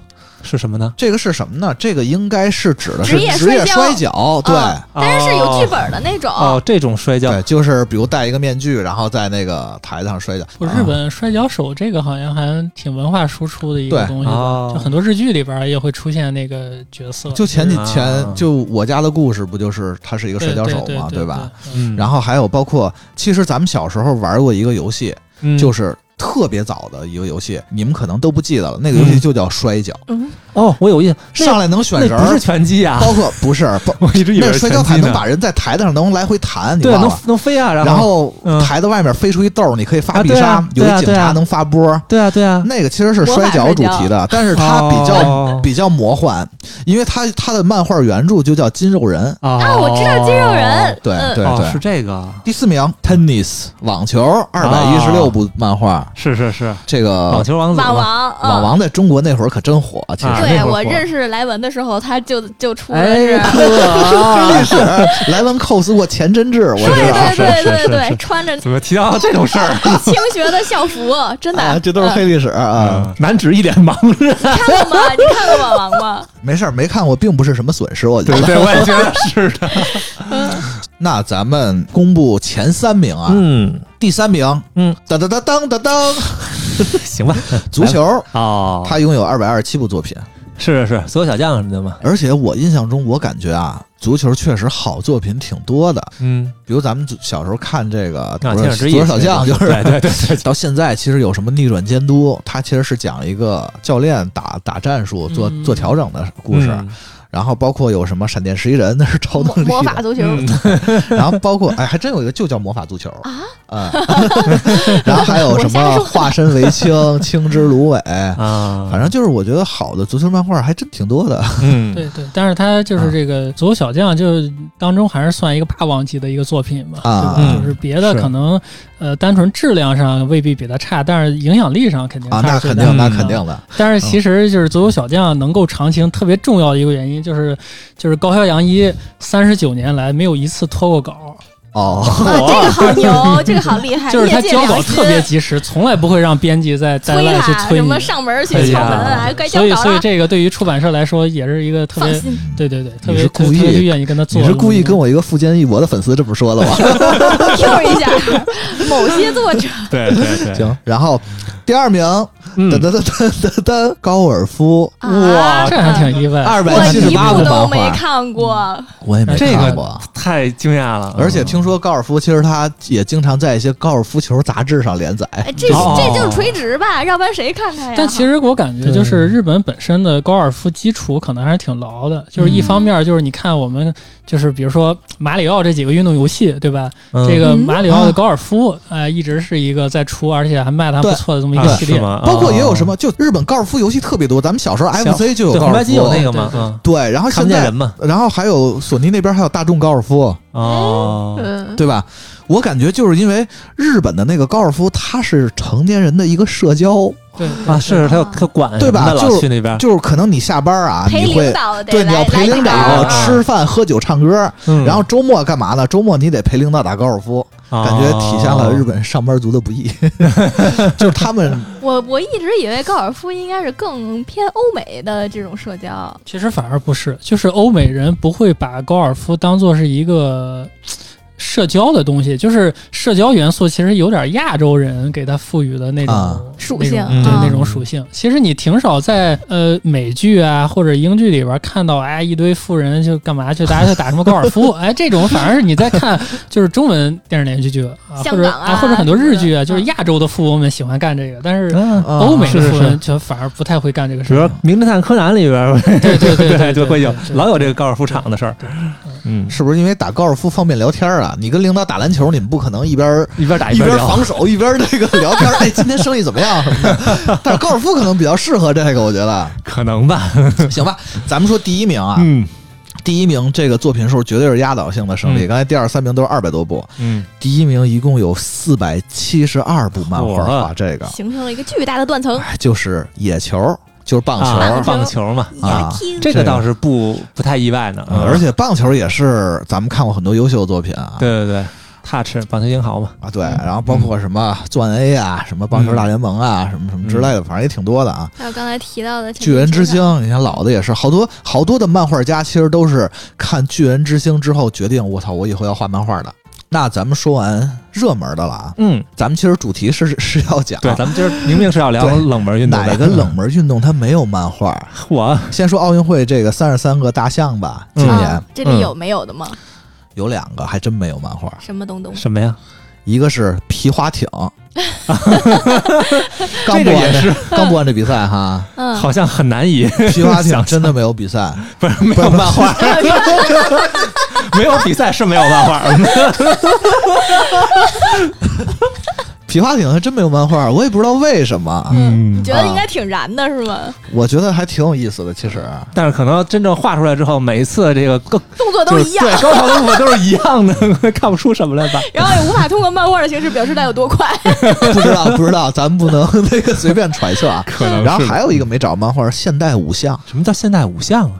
S4: 是什么呢？
S1: 这个是什么呢？这个应该是指的是
S6: 职业
S1: 职业摔
S6: 摔跤
S1: 跤，对。
S6: 嗯但是是有剧本的那种，
S4: 哦，这种摔跤
S1: 对，就是比如戴一个面具，然后在那个台子上摔跤。啊
S7: 不，日本摔跤手这个好像还挺文化输出的一个
S1: 对
S7: 东西吧，就
S4: 哦
S7: 很多日剧里边儿也会出现那个角色，
S1: 就前几
S4: 啊
S1: 前就我家的故事，不就是他是一个
S7: 对
S1: 摔跤手
S7: 对
S1: 嘛，
S7: 对
S1: 吧？？
S7: 嗯
S4: 嗯，
S1: 然后还有包括，其实咱们小时候玩过一个游戏，
S4: 后
S1: 就是特别早的一个游戏，你们可能都不记得了。那个游戏就叫摔跤，
S6: 嗯，
S4: 哦，我有印象，那
S1: 上来能选人
S4: 那不
S1: 儿
S4: 是，拳击 啊，
S1: 包括不是，包
S4: 我一直以为
S1: 那
S4: 是
S1: 摔跤
S4: 拳
S1: 台
S4: 击
S1: 能
S4: 呢
S1: 把人在台子上能来回弹，你
S4: 对，
S1: 忘
S4: 能
S1: 了？
S4: 能飞啊，
S1: 然
S4: 后
S1: 后
S4: 嗯
S1: 台子外面飞出一豆儿，你可以发
S4: 啊
S1: 必
S4: 对
S1: 杀，
S4: 啊
S1: 有
S4: 对
S1: 一
S4: 啊
S1: 警
S4: 对
S1: 察
S4: 啊
S1: 能发波。
S4: 对啊对啊，哦
S1: 那个其实是摔跤主题的，但是它比较
S4: 较
S1: 比较魔幻，因为它它的漫画原著就叫《筋肉人》。
S6: 啊，
S4: 啊
S6: 我知道肌肉人，
S1: 对
S6: 嗯
S1: 对
S4: 哦，是
S1: 对。
S4: 这个，
S1: 第四名，tennis 网球，二百一十六部漫画，
S4: 是是是，
S1: 这个
S4: 网球哦王子嘛，
S6: 网王，嗯
S1: 网王在中国那会儿可真火，其实
S4: 啊
S6: 对
S4: 那会儿
S6: 我
S4: 火
S6: 认识莱文的时候，他就就出了
S4: 哎
S6: 是。
S4: 呵，
S1: 是 莱文 cos 过前真志，我
S6: 对
S1: 知道。
S4: 是
S6: 对对
S4: 是
S6: 对
S4: 是
S6: 对，
S4: 是
S6: 穿着
S4: 怎么提到这种事儿？
S6: 清学的校服，真 的
S1: 啊，，这都是黑历史啊！
S4: 啊，男子一脸茫然。
S6: 你看过吗？你看过网王吗？
S1: 没事儿，没看过并不是什么损失，我觉得。
S4: 对，我也觉得是的。
S1: 那咱们公布前三名啊，
S4: 嗯，
S1: 第三名，
S4: 嗯，
S1: 当当当当当 当，
S4: 行吧。
S1: 足球，
S4: 哦，
S1: 他拥有二百二十七部作品，
S4: 是是是，所有小将什么的嘛。
S1: 而且我印象中，我感觉啊，足球确实好作品挺多的，
S4: 嗯，
S1: 比如咱们小时候看这个
S4: 啊，
S1: 不
S4: 千
S1: 是
S4: 手之
S1: 足
S4: 翼
S1: 球小将，就是
S4: 对对对对，
S1: 到现在其实有什么逆转监督，它其实是讲一个教练打打战术、做
S7: 嗯
S1: 做调整的故
S4: 嗯
S1: 事，然后包括有什么闪电十一人，那是超
S6: 魔
S1: 能力
S6: 魔法
S1: 的，
S6: 足球
S4: 嗯
S1: 然后包括哎，还真有一个就叫魔法足球
S6: 啊，
S1: 嗯，然后还有什
S6: 我瞎
S1: 么
S6: 说
S1: 化身为青、青之芦苇。
S4: 啊，
S1: 反正就是我觉得好的足球漫画还真挺多的，
S4: 嗯，
S7: 对对，但是他
S6: 啊
S7: 就是这个《足球小将》，就是当中还是算一个霸王级的一个作品嘛，
S1: 啊
S7: 对吧
S6: 嗯
S7: 就是别的
S4: 是
S7: 可能呃，单纯质量上未必比它差，但是影响力上肯定
S1: 啊，
S7: 它
S1: 那
S7: 是最
S1: 肯
S7: 大的
S1: 定，那
S4: 嗯
S1: 肯定的，
S7: 但是其实就是《足球小将》能够长青，特别重要的一个原因就是，就是高桥洋一三十九年来没有一次脱过稿，
S1: 哦，
S6: 啊，这个好牛，这个好厉害，
S7: 就是他
S6: 业界
S7: 交稿
S6: 良心
S7: 特别及时，从来不会让编辑在在
S6: 催
S7: 外去
S6: 他
S7: 催
S6: 什
S7: 你。
S6: 么上门去
S7: 哎
S6: 敲
S7: 呀
S6: 门啊，该交
S7: 所以，
S6: 稿
S7: 所以
S6: 了，
S7: 这个对于出版社来说也是一个特
S6: 放
S7: 别，
S6: 心。
S7: 对对对，
S1: 你
S7: 特别
S1: 是
S7: 特
S1: 故意
S7: 特别愿意跟他做。嗯
S1: 你是故意跟我一个富坚义博的粉丝这么说的吧？
S6: Q 一下某些作者，
S5: 对对
S4: 哎
S5: 对，
S1: 行，然后第二名，
S5: 嗯
S1: 噔噔噔噔噔噔，高尔夫，
S6: 啊
S7: 这还挺意外。
S1: 二
S6: 我
S1: 百七十
S6: 一
S1: 八个漫
S6: 部都没
S1: 画，
S6: 看过，
S1: 我也没
S5: 这个
S1: 看过。啊
S5: 太惊讶了，
S4: 嗯
S1: 而且听说高尔夫，其实他也经常在一些高尔夫球杂志上连载。
S6: 哎，这
S5: 哦
S6: 这就是垂直吧，要不然谁看看呀？
S7: 但其实我感觉，就是日本本身的高尔夫基础可能还是挺牢的。就是一方面，就是你看我们，就是比如说马里奥这几个运动游戏，对吧？这个
S6: 嗯
S7: 马里奥
S6: 啊
S7: 的高尔夫，呃，一直是一个在出，而且还卖的还不错的这么一个
S5: 啊
S7: 系
S5: 是
S7: 列。
S5: 吗？
S1: 包括也有什
S5: 么
S1: 么，就日本高尔夫游戏特别多，咱们小时候
S4: 行
S1: FC 就有
S4: 对
S1: 高
S4: 红白
S1: 尔
S4: 机有那
S1: 夫，
S4: 个吗？
S7: 对对
S4: 嗯，
S1: 对，然后
S4: 看
S1: 现
S4: 不见
S1: 在
S4: 人，嘛。
S1: 然后还有索尼那边还有大众高尔夫，
S4: 哦，
S6: 嗯，
S1: 对吧？我感觉就是因为日本的那个高尔夫，它是成年人的一个社交，
S7: 对
S4: 啊，是他他管
S1: 对吧
S4: 什么的
S1: 就
S4: 老去那边，
S1: 就是可能你下班啊，
S6: 陪
S1: 你
S6: 领
S1: 会
S6: 导得
S1: 对你要
S6: 来
S1: 陪领
S6: 来
S1: 导
S6: 打
S4: 啊
S1: 吃饭、喝酒、唱歌，
S4: 嗯哦
S1: 然后周末干嘛呢？周末你得陪领导打高尔夫，
S4: 啊
S1: 感觉体现了日本上班族的不 易， 就是他们
S6: 我我一直以为高尔夫应该是更偏欧美的这种社交，
S7: 其实反而不是，就是欧美人不会把高尔夫当做是一个嘖社交的东西，就是社交元素其实有点亚洲人给它赋予的那种、
S1: 啊
S6: 属性
S7: 那种对
S6: 嗯
S7: 那种属性。其实你挺少在呃美剧啊或者英剧里边看到，哎，一堆富人就干嘛去，大家去打什么高尔 夫，哎，这种反而是你在看就是中文电视连续剧啊，或
S6: 香
S7: 者
S6: 港啊
S7: 或者很多日剧啊，
S6: 什
S7: 就
S6: 么的
S7: 是亚洲的富翁们喜欢干这个，但是。
S4: 嗯，
S1: 啊
S7: 欧美的
S4: 是是
S7: 富
S4: 是
S7: 人却反而不太会干这个
S4: 比
S7: 事
S4: 如说
S7: 情
S4: 《名侦探柯南》里边，
S7: 对对对 对
S4: 就会有
S7: 对对
S4: 老有这个高尔夫场的事儿，嗯，
S1: 是不是因为打高尔夫方便聊天啊？你跟领导打篮球，你们不可能一边
S4: 一边打
S1: 一边
S4: 聊，
S1: 防 守一边这个聊天，哎，今天生意怎么样什么的。但是高尔夫可能比较适合这个，我觉 得。
S4: 可能吧，
S1: 行吧，咱们说第一名啊，
S4: 嗯
S1: 第一名这个作品数绝对是压倒性的胜利。
S4: 嗯
S1: 刚才第二、三名都是二百多部，
S4: 嗯，
S1: 第一名一共有四百七十二部漫画
S4: 嚯
S1: 画，这个
S6: 形成了一个巨大的断层。
S1: 哎就是野球，就是棒球。
S4: 啊，
S6: 球
S4: 棒球嘛，
S1: 啊
S4: 这个倒是不不太意外呢，
S1: 嗯而且棒球也是咱们看过很多优秀的作品啊，
S4: 对对对，touch 棒球英豪嘛，
S1: 啊对，然后包括什么钻 A 啊，什么棒
S4: 嗯
S1: 球大联盟啊，什么什么之类的，反正也挺多的啊。
S6: 还有刚才提到的这个
S1: 巨人之星，你看老的也是，好多好多的漫画家其实都是看巨人之星之后决定，我操，我以后要画漫画的。那咱们说完热门的了啊，
S4: 嗯，
S1: 咱们其实主题是是要讲
S4: 对，咱们今儿明明是要聊
S1: 啊对
S4: 冷门运动的，
S1: 哪个 冷门运动它没有漫画。
S4: 我
S1: 先说奥运会这个三十三个大项吧，今
S4: 嗯
S6: 啊
S1: 年嗯
S6: 这里有没有的吗？
S1: 有两个还真没有漫画，
S6: 什么东东？
S4: 什么呀？
S1: 一个是皮划艇，刚
S4: 这个
S1: 播完
S4: 也
S1: 这
S4: 是，
S1: 刚播完这比赛哈，
S6: 嗯，
S4: 好像很难以，
S1: 皮划艇真的没有比赛，
S4: 不是没
S1: 不是
S4: 有漫画， 没有比赛是没有漫画，
S1: 皮划艇还真没有漫画，我也不知道为什么，
S6: 嗯，你觉得应
S1: 啊
S6: 该挺燃的是吗？
S1: 我觉得还挺有意思的，其实。 啊
S4: 但是可能真正画出来之后，每一次这个更
S6: 动作都
S4: 就是
S6: 一样，
S4: 对，高潮的部分都是一样的， 看不出什么来 吧？
S6: 然后也无法通过漫画的形式表示它有多快。
S1: 不知道，不知道，咱们不能那个随便揣测啊。
S4: 可能是
S1: 然后还有一个没找漫画，是现代五项，
S4: 什么叫现代五项啊？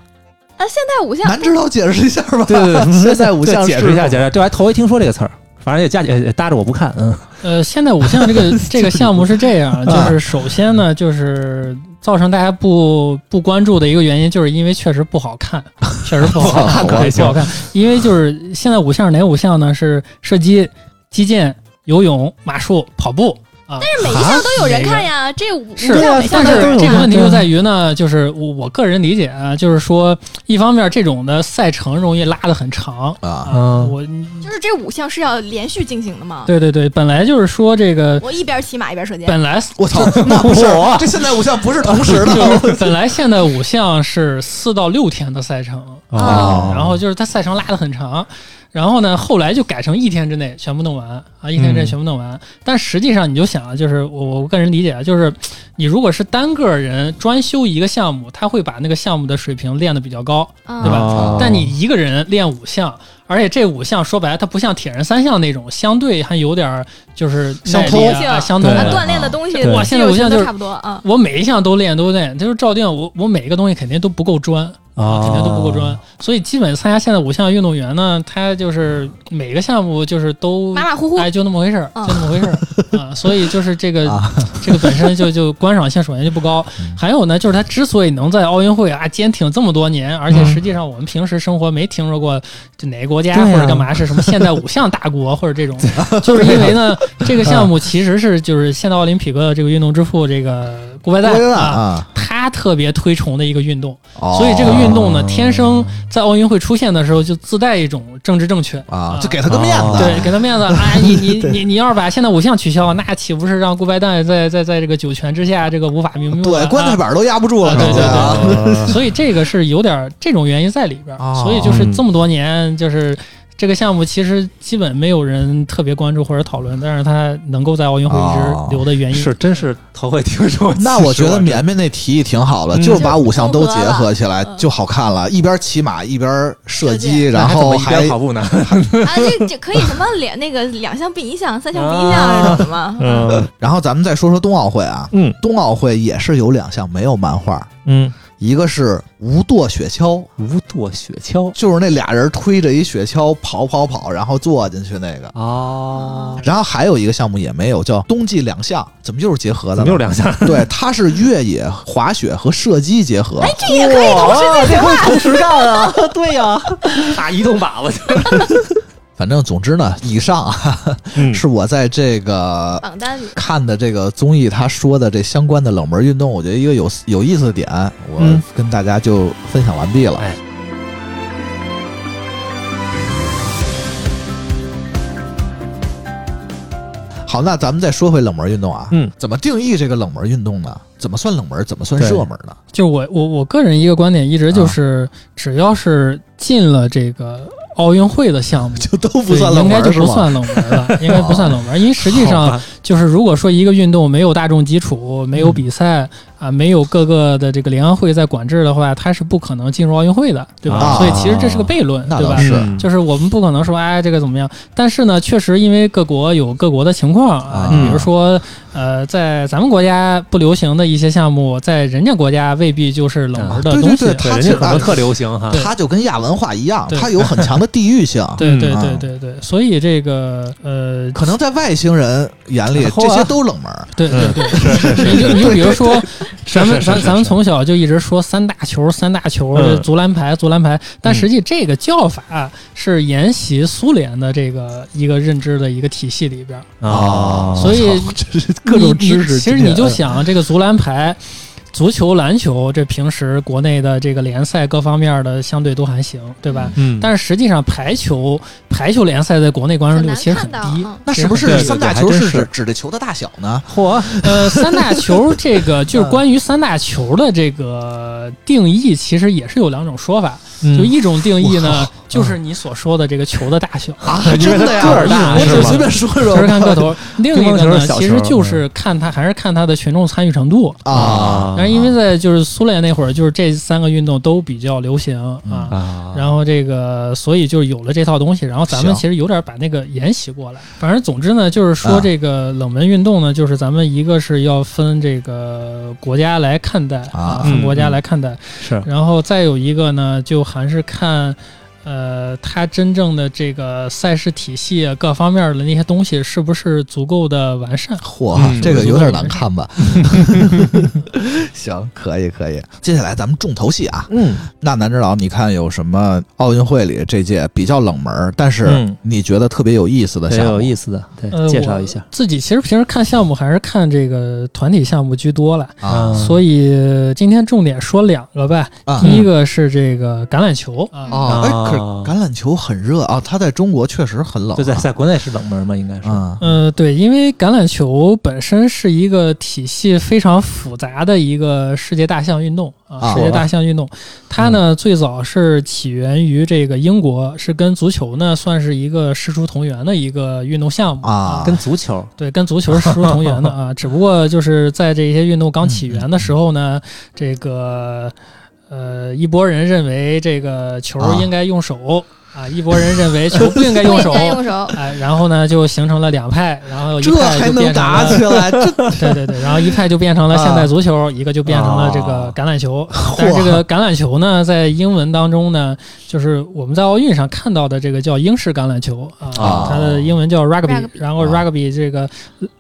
S6: 啊，现代五项
S1: 南指导解释一下吧。 现代五项是
S4: 对解释一下，解释一下，这还头一听说这个词儿。反正也加也也搭着我不看，嗯，
S7: 呃，现在五项 这个这个项目是啊这样，就是首先呢，就是造成大家不不关注的一个原因，就是因为确实不好 看，确实不好看，
S1: 不好看
S7: 对不好看。因为就是现在五项是哪五项呢？是射击、击剑、游泳、马术、跑步啊。
S6: 每一项都有人
S1: 啊
S6: 看呀，这五
S7: 是
S6: 五项每项
S7: 但
S6: 都
S7: 是
S6: 有人
S7: 这个
S6: 看。
S7: 问题啊就在于呢，就是我我个人理解啊，就是说，一方面这种的赛程容易拉得很长
S1: 啊，
S7: 啊，我
S6: 就是这五项是要连续进行的吗？
S7: 对对对，本来就是说这个，
S6: 我一边骑马一边射箭。
S7: 本来
S1: 我操，那不是
S4: 我
S1: 这现代五项不是同时 的。
S7: 就是本来现在五项是四到六天的赛程，啊
S6: 哦
S7: 然后就是它赛程拉得很长，然后呢，后来就改成一天之内全部弄完啊，一天之内全部弄完。但实际上你就想啊，就是我我个人理解啊，就是你如果是单个人专修一个项目，他会把那个项目的水平练得比较高，
S6: 嗯
S7: 对吧
S4: 哦
S7: 但你一个人练五项。而且这五项说白了，它不像铁人三项那种，相对还有点儿就是
S1: 相
S7: 耐力
S1: 通
S7: 啊啊相通
S4: 对
S6: 啊
S7: 的
S6: 锻炼的东西，
S4: 对
S7: 我现在五项就是
S6: 差不多啊。
S7: 我每一项都练都练，就是照定我我每一个东西肯定都不够专，
S1: 哦
S4: 啊，
S7: 肯定都不够专。所以基本参加现在五项运动员呢，他就是每个项目就是都
S6: 马马虎虎。
S7: 哎，就那么回事儿，
S6: 嗯
S7: 就那么回事儿啊。所以就是这个
S1: 啊，
S7: 这个本身就就观赏性首先就不高
S1: 嗯，
S7: 还有呢，就是它之所以能在奥运会啊坚挺这么多年，而且
S4: 嗯
S7: 实际上我们平时生活没听说过就哪个国家
S4: 对呀
S7: 或者干嘛是什么现代五项大国或者这种，就是因为呢，这个项目其实是就是现代奥林匹克的这个运动之父这个顾拜
S1: 归
S7: 旦
S1: 纳
S7: 啊，
S1: 啊，
S7: 他特别推崇的一个运动，
S1: 哦
S7: 所以这个运动呢，天生在奥运会出现的时候就自带一种政治正确
S1: 啊，就给他个面子，
S4: 啊
S7: 哦对，给他面子。哎，你你你你要是把现在五项取消，那岂不是让顾拜旦在在在这个九泉之下这个无法瞑目？
S1: 对，棺材
S7: 板。
S1: 板都压不住了，
S7: 啊对
S1: 是不是啊
S7: 对所以这个是有点儿这种原因在里边儿，
S1: 哦
S7: 所以就是这么多年，就是这个项目其实基本没有人特别关注或者讨论，但是它能够在奥运会一
S1: 哦
S7: 直留的原因。
S5: 是真是头回听说。
S1: 那我觉得绵绵那提议挺好的，
S5: 嗯
S1: 就是把五项都结合起来
S6: 嗯
S1: 就好看了，一边骑马一边射
S6: 射
S1: 击，
S6: 箭
S1: 然后
S5: 一
S1: 还
S5: 边跑步 呢，
S6: 啊，这这可以什么两那个两项并一项，三项并一项
S7: 啊
S6: 那种的吗？
S5: 嗯
S1: 呃然后咱们再说说冬奥会啊，
S5: 嗯
S1: 冬奥会也是有两项没有漫画，
S5: 嗯，
S1: 一个是无舵雪橇，
S5: 无舵雪橇
S1: 就是那俩人推着一雪橇跑跑跑，然后坐进去那个。
S5: 哦，
S1: 然后还有一个项目也没有，叫冬季两项，怎么又是结合的
S5: 怎
S1: 呢？
S5: 么又两下？
S1: 对，它是越野滑雪和射击结合。
S6: 这也可以同时进行啊！
S5: 同时干啊，对呀， 打移动靶子去。
S1: 反正总之呢，以上啊
S5: 嗯
S1: 是我在这个
S6: 榜单里
S1: 看的这个综艺他说的这相关的冷门运动，我觉得一个有有意思的点，我
S5: 嗯
S1: 跟大家就分享完毕了。
S5: 哎
S1: 好，那咱们再说回冷门运动啊，
S5: 嗯，
S1: 怎么定义这个冷门运动呢？怎么算冷门？怎么算
S5: 对
S1: 热门呢？
S7: 就我我我个人一个观点，一
S1: 啊
S7: 直就是只要是进了这个奥运会的项目，
S1: 就都不
S7: 对
S1: 算冷
S7: 应该
S1: 门
S7: 就是不
S1: 吗？
S7: 算冷门了，应该不算冷门，因为实际
S5: 好
S7: 上
S5: 吧
S7: 就是如果说一个运动没有大众基础，没有比赛啊，没有各个的这个联欢会在管制的话，它是不可能进入奥运会的，对吧？
S5: 啊
S7: 所以其实这是个悖论，
S1: 那
S7: 对
S1: 倒
S7: 吧？
S1: 是
S5: 嗯
S7: 就是我们不可能说哎这个怎么样，但是呢，确实因为各国有各国的情况
S1: 啊
S7: 啊，比如说呃，在咱们国家不流行的一些项目，在人家国家未必就是冷门的
S1: 啊对
S7: 东
S1: 对
S7: 西。
S1: 对，它
S5: 人
S1: 其
S5: 家
S1: 实
S5: 可能特流行哈，
S1: 它就跟亚文化一样，
S7: 对
S1: 它有很强的地域性。
S7: 对对
S1: 嗯
S7: 对对对，所以这个呃，
S1: 可能在外星人眼里，
S7: 啊
S5: 嚯
S1: 这些都冷门。
S7: 对对
S5: 嗯
S7: 对，你就你就比如说，咱们
S5: 是
S7: 咱
S5: 是
S7: 咱们从小就一直说三大球三大球，
S5: 嗯
S7: 这足篮排足篮排，但
S5: 嗯
S7: 实际这个叫法是沿袭苏联的这个一个认知的一个体系里边儿，
S5: 啊，
S7: 哦 所以
S1: 各种
S7: 你
S1: 知识
S7: 你其
S1: 经
S7: 实
S1: 验
S7: 你
S5: 嗯
S7: 就想这个足篮排。足球、篮球，这平时国内的这个联赛各方面的相对都还行，对吧？
S5: 嗯，
S7: 但是实际上排球，排球联赛在国内关注
S6: 很
S7: 度
S6: 难
S7: 其实很
S6: 看
S7: 低
S6: 到，，嗯
S1: 那是不
S5: 对
S1: 是
S5: 对
S1: 三大
S5: 对
S1: 球
S5: 还真
S1: 是指
S5: 是
S1: 指这球的大小呢？
S7: 嚯，呃，三大 球这
S5: 嗯
S7: 个就是关于三大球的这个定义，其实也是有两种说法。
S5: 嗯
S7: 就一种定义呢，就是你所说的这个球的大小，
S1: 啊，
S5: 因
S1: 真
S5: 为它
S1: 的呀，
S5: 个儿大
S1: 我
S5: 是
S1: 只
S5: 吧
S1: 随便说
S7: 球
S1: 说啊
S7: 是看个头。另一
S5: 乒乓
S7: 个
S5: 球是
S7: 呢，
S5: 小球嗯
S7: 其实就是看它还是看它的群众参与程度。
S1: 啊。
S7: 但是因为在就是苏联那会儿，就是这三个运动都比较流行啊。
S5: 啊，
S7: 然后这个，所以就有了这套东西。然后咱们
S1: 行
S7: 其实有点把那个沿袭过来。反正总之呢，就是说
S1: 啊
S7: 这个冷门运动呢，就是咱们一个是要分这个国家来看待
S1: 啊
S7: 分国家
S5: 嗯嗯
S7: 来看待。
S5: 是
S7: 然后再有一个呢，就还是看，呃，它真正的这个赛事体系啊各方面的那些东西是不是足够的完善？
S1: 嚯
S5: 嗯，
S1: 这个有点难看吧？ 行，可以可以。接下来咱们重头戏啊，
S5: 嗯，
S1: 那咱知道你看有什么奥运会里这届比较冷门，但是
S5: 嗯
S1: 你觉得特别有意思的
S5: 很
S1: 项目？
S5: 有意思的，对，
S7: 呃
S5: 嗯介绍一下
S7: 自己其实平时看项目还是看这个团体项目居多了，
S1: 啊
S5: 嗯
S7: 所以今天重点说两个吧。
S1: 啊
S7: 第一个是这个橄榄球啊，
S1: 啊！哎，
S5: 啊
S1: 可橄榄球很热啊，它在中国确实很冷啊。
S5: 对，在在国内是冷门嘛，应该是，
S1: 嗯
S7: 呃，对，因为橄榄球本身是一个体系非常复杂的一个世界大项运动
S1: 啊
S7: 啊，世界大项运动，它
S5: 嗯
S7: 呢最早是起源于这个英国，是跟足球呢算是一个师出同源的一个运动项目
S1: 啊，
S5: 跟足球
S7: 对，跟足球是师出同源 的啊，只不过就是在这些运动刚起源的时候
S5: 嗯
S7: 呢，这个呃一拨人认为这个球
S1: 啊
S7: 应该用手啊，一拨人认为球不应该用手
S6: 不应，该用手，
S7: 哎，然后呢就形成了两派，然后一
S5: 这
S7: 派
S5: 还
S7: 就变
S5: 能
S7: 成
S5: 打
S7: 了
S5: 起来？ 这
S7: 对对对，然后一派就变成了现代足球，一个就变成了这个
S5: 啊
S7: 橄榄球。但是这个橄榄球呢，在英文当中呢，就是我们在奥运上看到的这个叫英式橄榄球啊，
S1: 啊
S7: 它的英文叫 rugby，
S6: rugby
S7: 然后
S1: 啊
S7: rugby 这个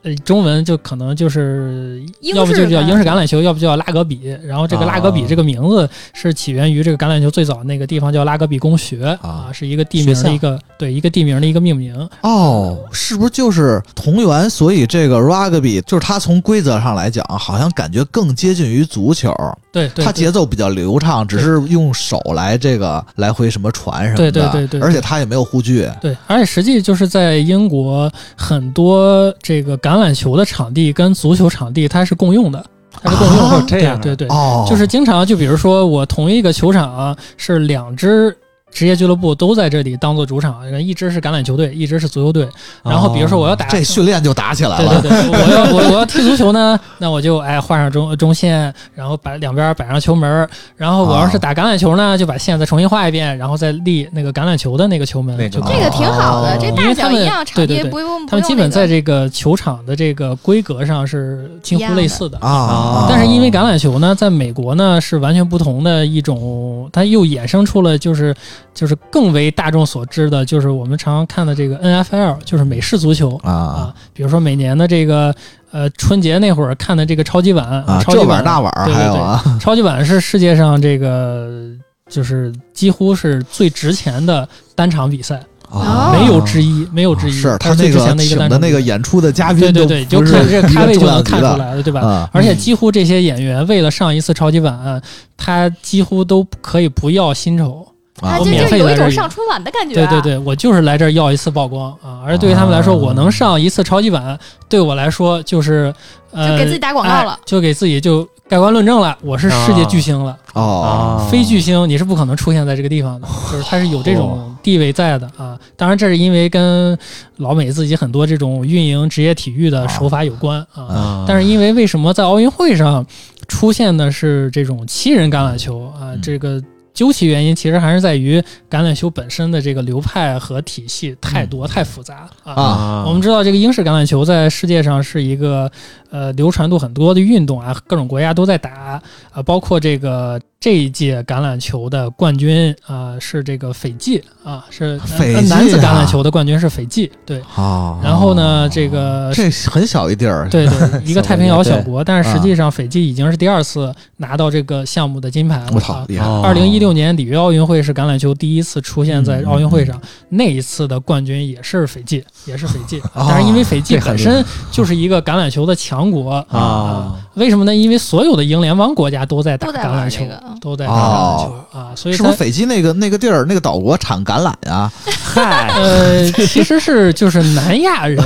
S7: 呃中文就可能就是
S6: 英式
S7: 要不就叫
S6: 橄榄
S7: 英式橄榄球，要不就叫拉格比。然后这个
S5: 啊
S7: 拉格比这个名字是起源于这个橄榄球最早那个地方叫拉格比公学啊
S1: 啊，
S7: 是一个地名
S5: 学
S7: 的
S5: 校
S7: 一个对一个地名的一个命名。
S1: 哦，是不是就是同源？所以这个 rugby 就是它从规则上来讲，好像感觉更接近于足球，
S7: 对，对
S1: 它
S7: 对
S1: 节奏比较流畅，只是用手来这个来回什么传什么的，
S7: 对对对对对
S1: 而且它也没有护具
S7: 对，而且实际就是在英国，很多这个橄榄球的场地跟足球场地它是共用的，它是共用的。
S5: 啊这样啊
S7: 对对对，
S1: 哦，
S7: 就是经常就比如说我同一个球场、啊、是两支。职业俱乐部都在这里当做主场，一支是橄榄球队，一支是足球队。然后比如说
S5: 哦
S7: 我要打
S1: 这训练就打起来
S7: 对
S1: 了。
S7: 对对，我要我我要踢足球呢，那我就哎画上中中线，然后把两边摆上球门儿，然后我
S5: 啊
S7: 要是打橄榄球呢，就把线再重新画一遍，然后再立那个橄榄球的那个球门。
S5: 那个哦
S7: 就
S6: 这个挺好的，这
S7: 哦因
S6: 大
S7: 为他
S6: 小
S7: 们
S6: 一样，场
S7: 对
S6: 地
S7: 对对
S6: 不用不
S7: 他们
S6: 用
S7: 基
S6: 那
S7: 本
S6: 个
S7: 在这个球场的这个规格上是近乎类似的。
S1: 啊
S5: 啊，
S7: 但是因为橄榄球呢，在美国呢是完全不同的一种，它又衍生出了就是就是更为大众所知的，就是我们常常看的这个 NFL，就是美式足球
S1: 啊
S7: 啊。比如说每年的这个呃春节那会儿看的这个超级碗，
S1: 啊，
S7: 超
S1: 这
S7: 级
S1: 碗
S7: 碗
S1: 儿那碗儿
S7: 对对
S1: 还有
S7: 对
S1: 啊，
S7: 超级碗是世界上这个就是几乎是最值钱的单场比赛，
S1: 啊
S7: 没有之一，没有之一。
S1: 是
S7: 它
S1: 他
S7: 最
S1: 那
S7: 值钱的一
S1: 请
S7: 单
S1: 的
S7: 场
S1: 那
S7: 比
S1: 个
S7: 赛
S1: 演出的嘉宾
S7: 对
S1: 都
S7: 对
S1: 不
S7: 对，
S1: 是
S7: 就看这个咖位 就能看出
S1: 一个重量级
S7: 来了，对
S1: 的
S7: 吧？
S1: 啊，
S7: 而且几乎这些演员为了上一次超级碗，他几乎都可以不要薪
S1: 啊
S7: 酬。
S6: 啊，
S7: 我
S6: 这
S7: 哦免
S6: 就
S7: 费
S6: 是有
S7: 在
S6: 一
S7: 这
S6: 种
S7: 里
S6: 上春晚的感觉。啊
S7: 对对，对，我就是来这儿要一次曝光啊！而对于他们来说，
S5: 啊
S7: 我能上一次超级碗，对我来说就是呃，
S6: 就给自己打广告了
S7: 哎就给自己就盖棺论证了，我是世界巨星了。
S1: 哦，
S5: 啊，哦
S7: 非巨星你是不可能出现在这个地方的，就是他是有这种地位在的啊。当然，这是因为跟老美自己很多这种运营职业体育的手法有关啊。
S5: 啊，
S7: 但是因为为什么在奥运会上出现的是这种七人橄榄球啊？
S1: 嗯
S7: 这个究其原因，其实还是在于橄榄球本身的这个流派和体系太多太复杂啊。
S5: 嗯啊，
S7: 我们知道这个英式橄榄球在世界上是一个呃流传度很多的运动啊，各种国家都在打啊、包括这个这一届橄榄球的冠军啊、是这个斐济啊，是
S1: 斐
S7: 呃
S1: 济
S7: 男子橄
S1: 啊
S7: 榄球的冠军是斐济，对。
S1: 哦
S7: 啊然后呢，这个
S1: 这很小一地儿，
S7: 呃 对对，一个太平洋小国，但是实际
S1: 啊
S7: 上斐济已经是第二次拿到这个项目的金牌了。
S1: 我操
S7: 啊，
S1: 厉害！
S7: 二零一六年里约奥运会是橄榄球第一次出现在
S1: 哦嗯
S7: 奥运会上，那一次的冠军也是斐济，也是斐济。
S1: 哦
S7: 但是因为斐济
S5: 这很厉
S7: 本
S5: 害
S7: 身就是一个橄榄球的强国
S5: 啊，
S7: 为什么呢？因为所有的英联邦国家都在打
S6: 都在
S7: 橄榄
S6: 玩
S7: 球
S6: 这，个
S7: 都在打橄
S1: 哦
S7: 榄球、啊，所以
S1: 是不
S7: 它
S1: 是斐济那个那个地儿那个岛国产橄榄啊呀？
S5: 嗨，
S7: 呃，其实是就是南亚人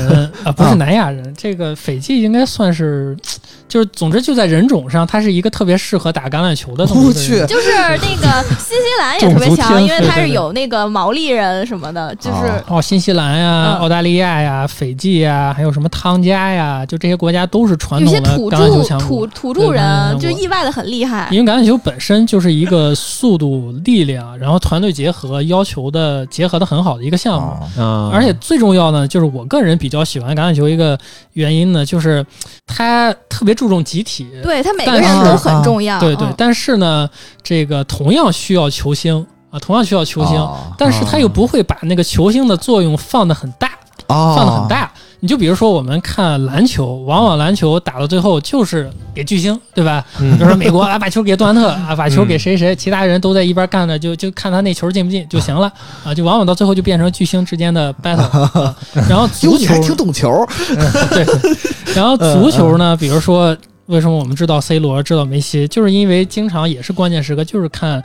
S7: 啊，不
S1: 啊
S7: 是南亚人，这个斐济应该算是，就是总之就在人种上，它是一个特别适合打橄榄球的东西。
S1: 我去，
S6: 就是那个新西兰也特别强，因为它是有那个毛利人什么的，就是
S1: 哦
S7: 哦，新西兰呀、
S6: 嗯
S7: 澳大利亚呀、斐济呀，还有什么汤加呀，就这些国家都是传
S6: 有
S7: 统
S6: 些
S7: 的
S6: 土
S7: 橄榄球
S6: 著
S7: 强
S6: 土
S7: 国。
S6: 土著
S7: 对橄榄
S6: 人啊
S7: 强
S6: 就
S7: 国
S6: 意外的很厉害。
S7: 因为橄榄球本身就是一个速度、力量，然后团队结合要求的结合的很好的一个项目。
S1: 哦
S5: 啊，
S7: 而且最重要呢，就是我个人比较喜欢橄榄球一个原因呢，就是它特别注重集体。
S6: 对他每个
S7: 但
S6: 人
S7: 是啊
S6: 都很重要，
S7: 对对
S6: 嗯
S7: 但是呢，这个同样需要球星啊，同样需要球星，
S1: 哦
S7: 但是他又不会把那个球星的作用放得很大，放
S1: 哦
S7: 得很大。你就比如说我们看篮球，往往篮球打到最后就是给巨星，对吧？比如说美国啊，把球给杜兰特啊，把球给谁谁，其他人都在一边干着，就就看他那球进不进就行了啊，就往往到最后就变成巨星之间的 battle、啊。然后
S1: 哟，
S7: 足
S1: 你
S7: 球
S1: 还 挺懂球
S7: 对，然后足球呢，比如说为什么我们知道 C 罗，知道梅西，就是因为经常也是关键时刻，就是看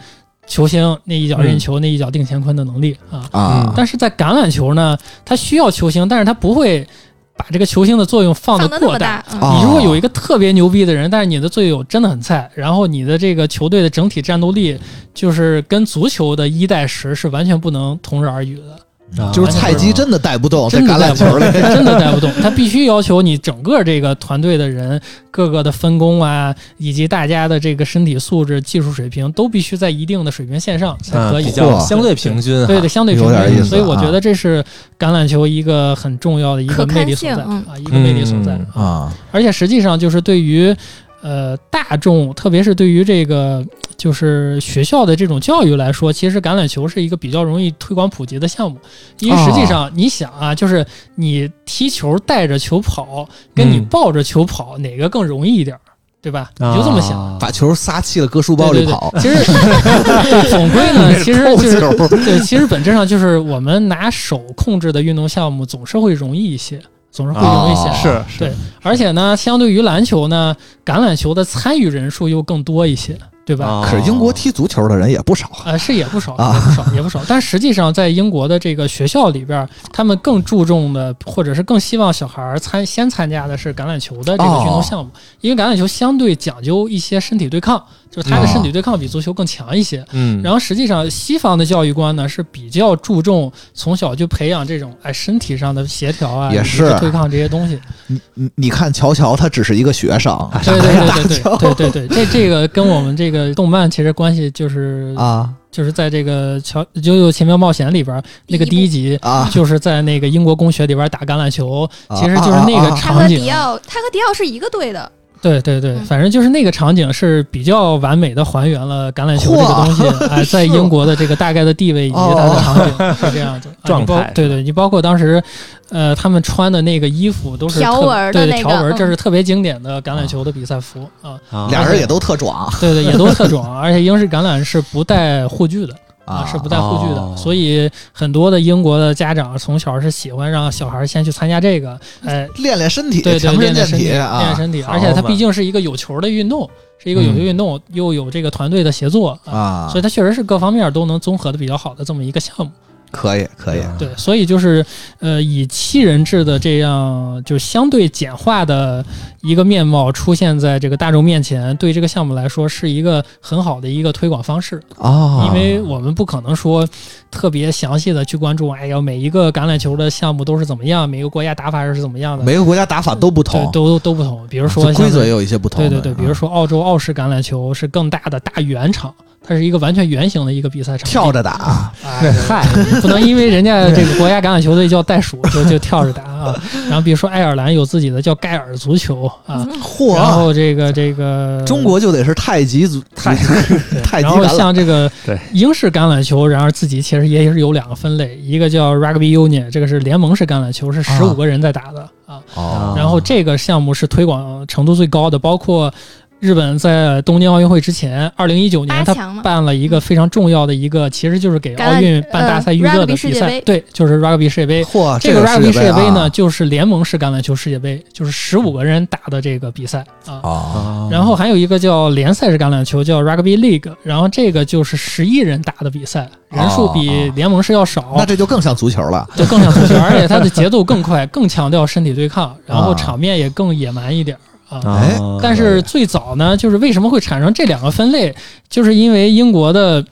S7: 球星那一脚任球、那一脚定乾坤的能力啊。
S1: 啊
S5: 嗯？
S7: 但是在橄榄球呢，它需要球星，但是它不会把这个球星的作用放得啊
S6: 放的那
S7: 过
S6: 么
S7: 大。
S6: 大，嗯
S1: 哦
S7: 你如果有一个特别牛逼的人，但是你的队友真的很菜，然后你的这个球队的整体战斗力就是跟足球的一带十是完全不能同日而语的。
S4: 啊
S1: 就是菜鸡真的带不动，哦在
S7: 真的
S1: 橄
S7: 带
S1: 榄
S7: 不
S1: 球
S7: 动，
S1: 里。
S7: 真的带不动。他必须要求你整个这个团队的人各个的分工啊，以及大家的这个身体素质、技术水平都必须在一定的水平线上才
S4: 啊
S7: 可以。
S4: 比较
S1: 嚯
S4: 相对 平均哈，
S7: 对对，相对平
S1: 有点意
S7: 均，
S1: 思啊
S7: 所以我觉得这是橄榄球一个很重要的一个
S6: 可看
S7: 魅力所在
S6: 性嗯
S7: 啊，一个魅力所在
S4: 嗯。
S1: 啊，
S7: 而且实际上就是对于呃大众，特别是对于这个就是学校的这种教育来说，其实橄榄球是一个比较容易推广普及的项目。因为实
S1: 哦
S7: 际上你想啊，就是你踢球带着球跑，跟你
S4: 嗯
S7: 抱着球跑，哪个更容易一点儿？对吧？你就这么想。
S4: 啊
S1: 把球撒气了，搁书包里跑。
S7: 其实 对总归 呢，其实就是
S1: 扣球
S7: 对，其实本质上就是我们拿手控制的运动项目总是会容易一些，总是会容易一些。
S1: 啊
S5: 是是，
S7: 对，而且呢，相对于篮球呢，橄榄球的参与人数又更多一些，对吧？
S4: 哦
S1: 可是英国踢足球的人也不少
S7: 呃，是也不少，
S1: 啊
S7: 也不少，也不少。但实际上，在英国的这个学校里边儿，他们更注重的，或者是更希望小孩儿参先参加的是橄榄球的这个运
S1: 哦
S7: 动项目，因为橄榄球相对讲究一些身体对抗，就是他的
S1: 嗯
S7: 身体对抗比足球更强一些。
S4: 嗯，
S7: 然后实际上，西方的教育观呢是比较注重从小就培养这种哎身体上的协调啊，
S1: 也
S7: 以及
S1: 是
S7: 对抗这些东西。
S1: 你你你看乔乔，他只是一个学生，
S7: 啊对对对对对对对， 这这个跟我们这个动漫其实关系就是
S1: 啊
S7: 就是在这个《乔悠悠奇妙冒险》里边儿那个第一集。
S1: 啊，
S7: 就是在那个英国公学里边打橄榄球，
S1: 啊
S7: 其实就是那个
S1: 啊啊
S6: 他和
S7: 场景
S6: 迪，奥，他和迪奥是一个队的，
S7: 对对对，
S6: 嗯
S7: 反正就是那个场景是比较完美的还原了橄榄球这个东西，哎，在英国的这个大概的地位以及它
S6: 哦
S7: 的场景是这 样子。啊
S4: 状态
S7: 你包对对，你包括当时，呃，他们穿的那个衣服都是特
S6: 条纹儿的
S7: 对
S6: 那个
S7: 条纹儿，
S6: 嗯
S7: 这是特别经典的橄榄球的比赛服啊。
S4: 啊
S1: 俩人也都特壮啊
S7: 对对，也都特 种，而且英式橄榄是不带护具的啊，是不带护具的，
S4: 哦
S7: 所以很多的英国的家长从小是喜欢让小孩先去参加这个，哎，
S1: 练练身体，
S7: 对对，
S1: 强身
S7: 练练
S1: 健
S7: 身体，
S1: 体
S7: 练练
S1: 啊
S7: 身体，
S4: 好
S7: 而且它
S4: 嘛
S7: 毕竟是一个有球的运动，是一个有球运动，又有这个团队的协作啊，
S1: 嗯啊
S7: 所以，它确实是各方面都能综合的比较好的这么一个项目。
S1: 可以可以，
S7: 对，所以就是呃，以七人制的这样就相对简化的一个面貌出现在这个大众面前，对这个项目来说是一个很好的一个推广方式，
S1: 哦
S7: 因为我们不可能说特别详细的去关注，哎呀，每一个橄榄球的项目都是怎么样，每个国家打法是怎么样的，
S1: 每个国家打法都不
S7: 对
S1: 同，，啊
S7: 都都不同。比如说
S1: 就规
S7: 像
S1: 则也有一些不同
S7: 对
S1: 的。啊
S7: 对对，比如说澳洲澳式橄榄球是更大的大圆场，它是一个完全圆形的一个比赛场地，
S1: 啊跳着打，
S7: 哎，嗨，不能因为人家这个国家橄榄球队叫袋鼠，就就跳着打啊。然后比如说爱尔兰有自己的叫盖尔足球啊，
S6: 嗯
S7: 然
S1: 嚯！
S7: 后这个这个
S1: 中国就得是太极 足太
S7: 对
S1: 太极
S7: 然后
S1: 橄榄
S7: 像这个
S5: 对
S7: 英式橄榄球，然而自己其实也是有两个分类，一个叫 Rugby Union，这个是联盟式橄榄球，是十五个人在打的啊。
S1: 哦
S7: 然后这个项目是推广程度最高的，包括日本在东京奥运会之前，二零一九
S6: 八
S7: 年它
S6: 强嘛，
S7: 办了一个非常重要的一个，其实就是给
S6: 橄榄
S7: 奥运办大赛预热的比
S6: 呃，rugby 世界
S7: 赛，
S6: 杯
S7: 对，就是 rugby 世界杯。
S1: 嚯，
S7: 这个 rugby 世界杯呢，
S1: 啊
S7: 就是联盟式橄榄球世界杯，就是十五个人打的这个比赛啊。
S1: 哦
S7: 然后还有一个叫联赛式橄榄球，叫 rugby league，然后这个就是十一人打的比赛，人数比
S1: 哦
S7: 联盟是要少，
S1: 那这就更像足球 了。
S7: 就更像足球，而且它的节奏更快，更强调身体对抗，然后场面也更野蛮一点儿啊。
S1: 哎
S4: 啊
S7: 但是最早呢，就是为什么会产生这两个分类，就是因为英国的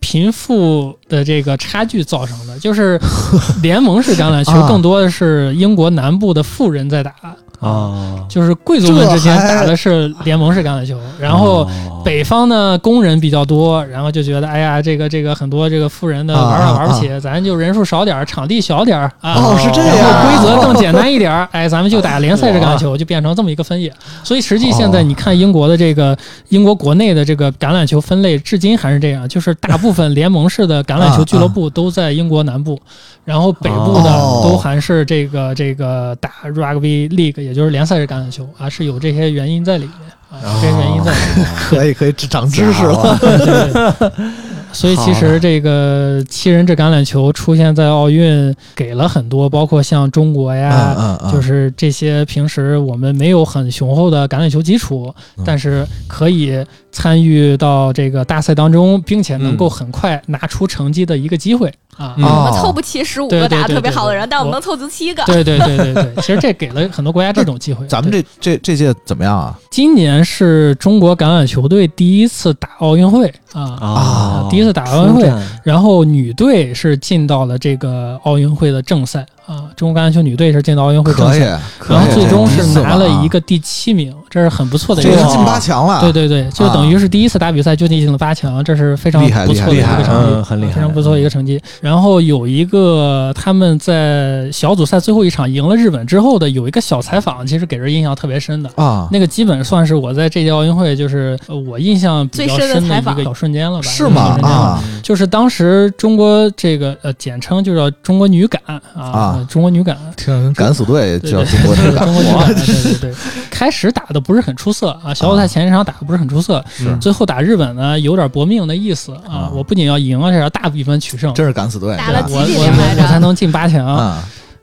S7: 贫富的这个差距造成的。就是 联盟式橄榄球
S1: 啊
S7: 更多的是英国南部的富人在打，
S4: 啊，
S7: 就是贵族们之间
S1: 这还
S7: 打的是联盟式橄榄球，然后。
S4: 哦
S7: 北方呢，工人比较多，然后就觉得，哎呀，这个这个很多这个富人的
S1: 啊
S7: 玩
S1: 啊
S7: 法玩不
S1: 啊
S7: 起，咱就人数少点儿，场地小点儿啊，
S1: 哦，是这样，
S7: 规则更简单一点儿，哎，咱们就打联赛式橄榄球，就变成这么一个分野。所以实际现在你看英国的这个英国国内的这个橄榄球分类，至今还是这样，就是大部分联盟式的橄榄球俱乐部都在英国南部，然后北部呢
S1: 哦
S7: 都还是这个这个打 rugby league，也就是联赛式橄榄球啊，是有这些原因在里面啊，有这些原因在里面。
S1: 可以可以长 知识了。
S7: 对对对 所以其实这个七人制橄榄球出现在奥运，给了很多，包括像中国呀，
S1: 嗯嗯，
S7: 就是这些平时我们没有很雄厚的橄榄球基础，
S1: 嗯
S7: 但是可以
S1: 嗯
S7: 参与到这个大赛当中，并且能够很快拿出成绩的一个机会。啊。
S4: 嗯
S6: 我
S1: 哦
S6: 们凑不齐十五
S7: 对
S6: 个
S7: 对
S6: 打得
S7: 对
S6: 特别
S7: 对
S6: 好的
S7: 对
S6: 人，但我们
S7: 我
S6: 能凑足七个。
S7: 对对对对对，其实这给了很多国家这种机会。
S1: 咱们
S7: 对
S1: 这这这届怎么样啊？
S7: 今年是中国橄榄球队第一次打奥运会 啊，
S1: 哦
S4: 啊
S7: 第一次打奥运会
S4: 出战
S7: 然后女队是进到了这个奥运会的正赛啊，中国橄榄球女队是进到奥运会正
S1: 可以啊
S7: 赛，，然后
S1: 可以
S7: 最终是拿了一
S1: 个，
S7: 个第七名，这是很不错的一
S1: 啊这
S7: 个
S1: 是
S7: 成绩。
S1: 进八强了，
S7: 对对对，就
S1: 啊
S7: 等于是第一次打比赛就进了八强，这是非常
S1: 厉害
S7: 不错的
S1: 厉
S7: 一
S1: 害
S7: 个
S1: 厉害
S7: 成绩，
S4: 嗯很厉害
S7: 非常不错的一个成绩。然后有一个他们在小组赛最后一场赢了日本之后的有一个小采访，其实给人印象特别深的。
S1: 啊，
S7: 那个基本算是我在这届奥运会就是呃我印象比较
S6: 最深
S7: 深
S6: 的
S7: 的
S6: 采
S7: 一
S6: 访
S7: 个小瞬间了吧？
S1: 是吗
S7: 一个小瞬？间了
S1: 啊，
S7: 就是当时中国这个呃，简称就叫中国女橄啊
S1: 啊
S7: 中国女橄。
S1: 听着跟敢死队
S7: 对
S1: 叫
S7: 对
S1: 中国
S7: 对
S1: 女
S7: 对
S1: 感
S7: 中国女橄，对对对，开始打的不是很出色啊，小组赛前一场打的不是很出色，
S1: 是
S7: 最后打日本呢有点搏命的意思
S1: 啊
S7: 啊，我不仅要赢，而且要大比分取 胜，
S1: 真是敢死队
S6: 打
S7: 对
S6: 了
S7: 吧
S6: 几
S7: 我我
S6: 比零来
S7: 我
S6: 着
S7: 我才能进八强。
S1: 啊，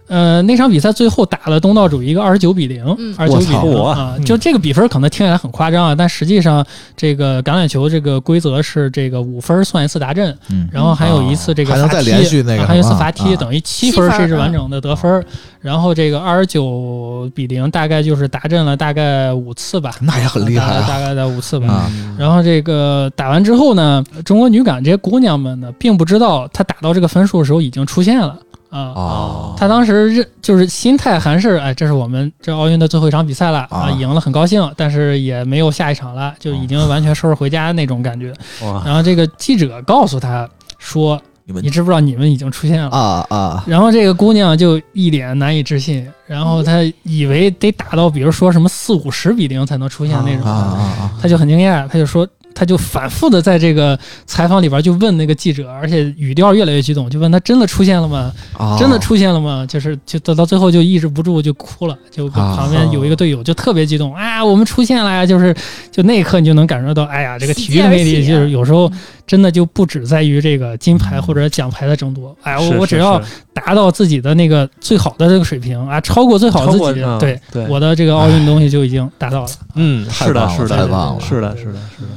S7: 呃，那场比赛最后打了东道主一个二十九比零、
S6: 嗯
S7: 二十
S1: 我
S7: 九比
S1: 操
S7: 零啊！就这个比分可能听起来很夸张啊，但实际上这个橄榄球这个规则是这个五分算一次达阵，
S1: 嗯
S7: 然后还有一次这个
S1: 还
S7: 罚
S1: 能
S7: 踢，
S1: 再连续那个
S7: 啊还有一次
S1: 什么
S7: 罚踢，
S1: 啊
S7: 等于七
S6: 七分儿嗯
S7: 分是一支完整的得分儿，然后这个二十九比零大概就是达阵了大概五次吧，
S1: 那也很厉害
S7: 大概
S1: 啊
S7: 大概在五次吧。
S1: 啊
S7: 然后这个打完之后呢，中国女橄这些姑娘们呢，并不知道她打到这个分数的时候已经出现了啊。
S1: 哦
S7: 她当时认就是心态还是哎，这是我们这奥运的最后一场比赛了
S1: 啊
S7: 啊，赢了很高兴，但是也没有下一场了，就已经完全收拾回家那种感觉。
S4: 哇，
S7: 然后这个记者告诉她说
S1: 你们：“
S7: 你知不知道你们已经出现了？”
S1: 啊啊
S7: 然后这个姑娘就一脸难以置信，然后她以为得打到比如说什么四五十比零才能出现那
S1: 啊
S7: 种，
S1: 啊啊！
S7: 他就很惊讶，他就说，他就反复的在这个采访里边就问那个记者，而且语调越来越激动，就问他真的出现了吗？
S4: 哦
S1: 啊
S7: 真的出现了吗？就是就到到最后就抑制不住就哭了，就跟
S1: 啊
S7: 旁边有一
S4: 哦
S7: 个队友就特别激动啊，我们出现了呀！就是就那一刻你就能感受到，哎呀，这个体育的
S6: 喜
S7: 魅
S6: 极而
S7: 力
S6: 泣啊
S7: 就是有时候真的就不只在于这个金牌或者奖牌的争夺，哎，我
S4: 嗯是
S7: 我
S4: 是
S7: 只要
S4: 是
S7: 达到自己的那个最好的这个水平啊，超过最好
S4: 超
S7: 自
S4: 过
S7: 己，
S4: 嗯
S7: 对
S4: 对
S7: 我的这个奥运东西就已经达到了。
S4: 嗯，
S1: 太
S4: 是的，
S1: 棒了
S4: 是
S1: 太
S4: 的，
S1: 棒了
S4: 是的，是的，是的。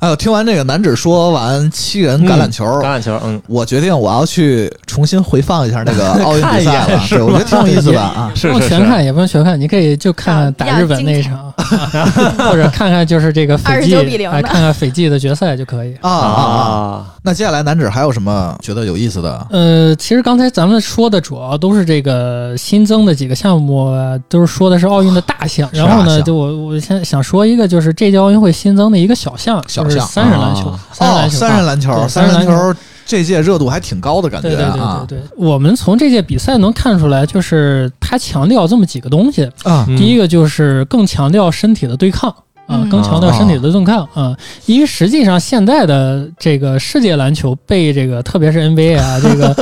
S1: 哎呦，听完这个男子说完七人橄榄球，
S5: 橄榄球，嗯，
S1: 我决定我要去重新回放一下那 个奥运比
S5: 看
S1: 赛
S5: 一眼
S1: 了，对，我觉得挺有意思的啊。
S5: 是
S7: 不用
S5: 是
S7: 全
S5: 是，
S7: 看，也不用全看，你可以
S6: 啊
S7: 就看打日本那 一场，或者看看就是这个斐济
S6: 29比，0
S7: 哎，
S6: 的
S7: 看看斐济的决赛就可以。
S1: 啊啊啊！
S5: 啊，
S1: 那接下来男子还有什么觉得有意思的？
S7: 呃，其实刚才咱们说的主要都是这个新增的几个项目，呃都是说的是奥运的大项。
S1: 是
S7: 然后
S1: 大
S7: 呢，
S1: 项
S7: 就我我先想说一个，就是这届奥运会新增的一个小项，
S1: 小
S7: 就是
S1: 项
S7: 三人篮球
S4: 啊，
S7: 三人
S1: 哦，
S7: 篮球，
S1: 三人篮球，
S7: 对
S1: 三人篮
S7: 三人篮
S1: 球这届热度还挺高的感
S7: 对
S1: 觉
S7: 对对
S1: 啊
S7: 对对，我们从这届比赛能看出来，就是他强调这么几个东西，
S1: 啊！
S7: 第一个就是更强调身体的对抗。啊
S6: 嗯，
S7: 更强调身体的对抗啊，因为实际上现在的这个世界篮球被这个，特别是 NBA 啊，这个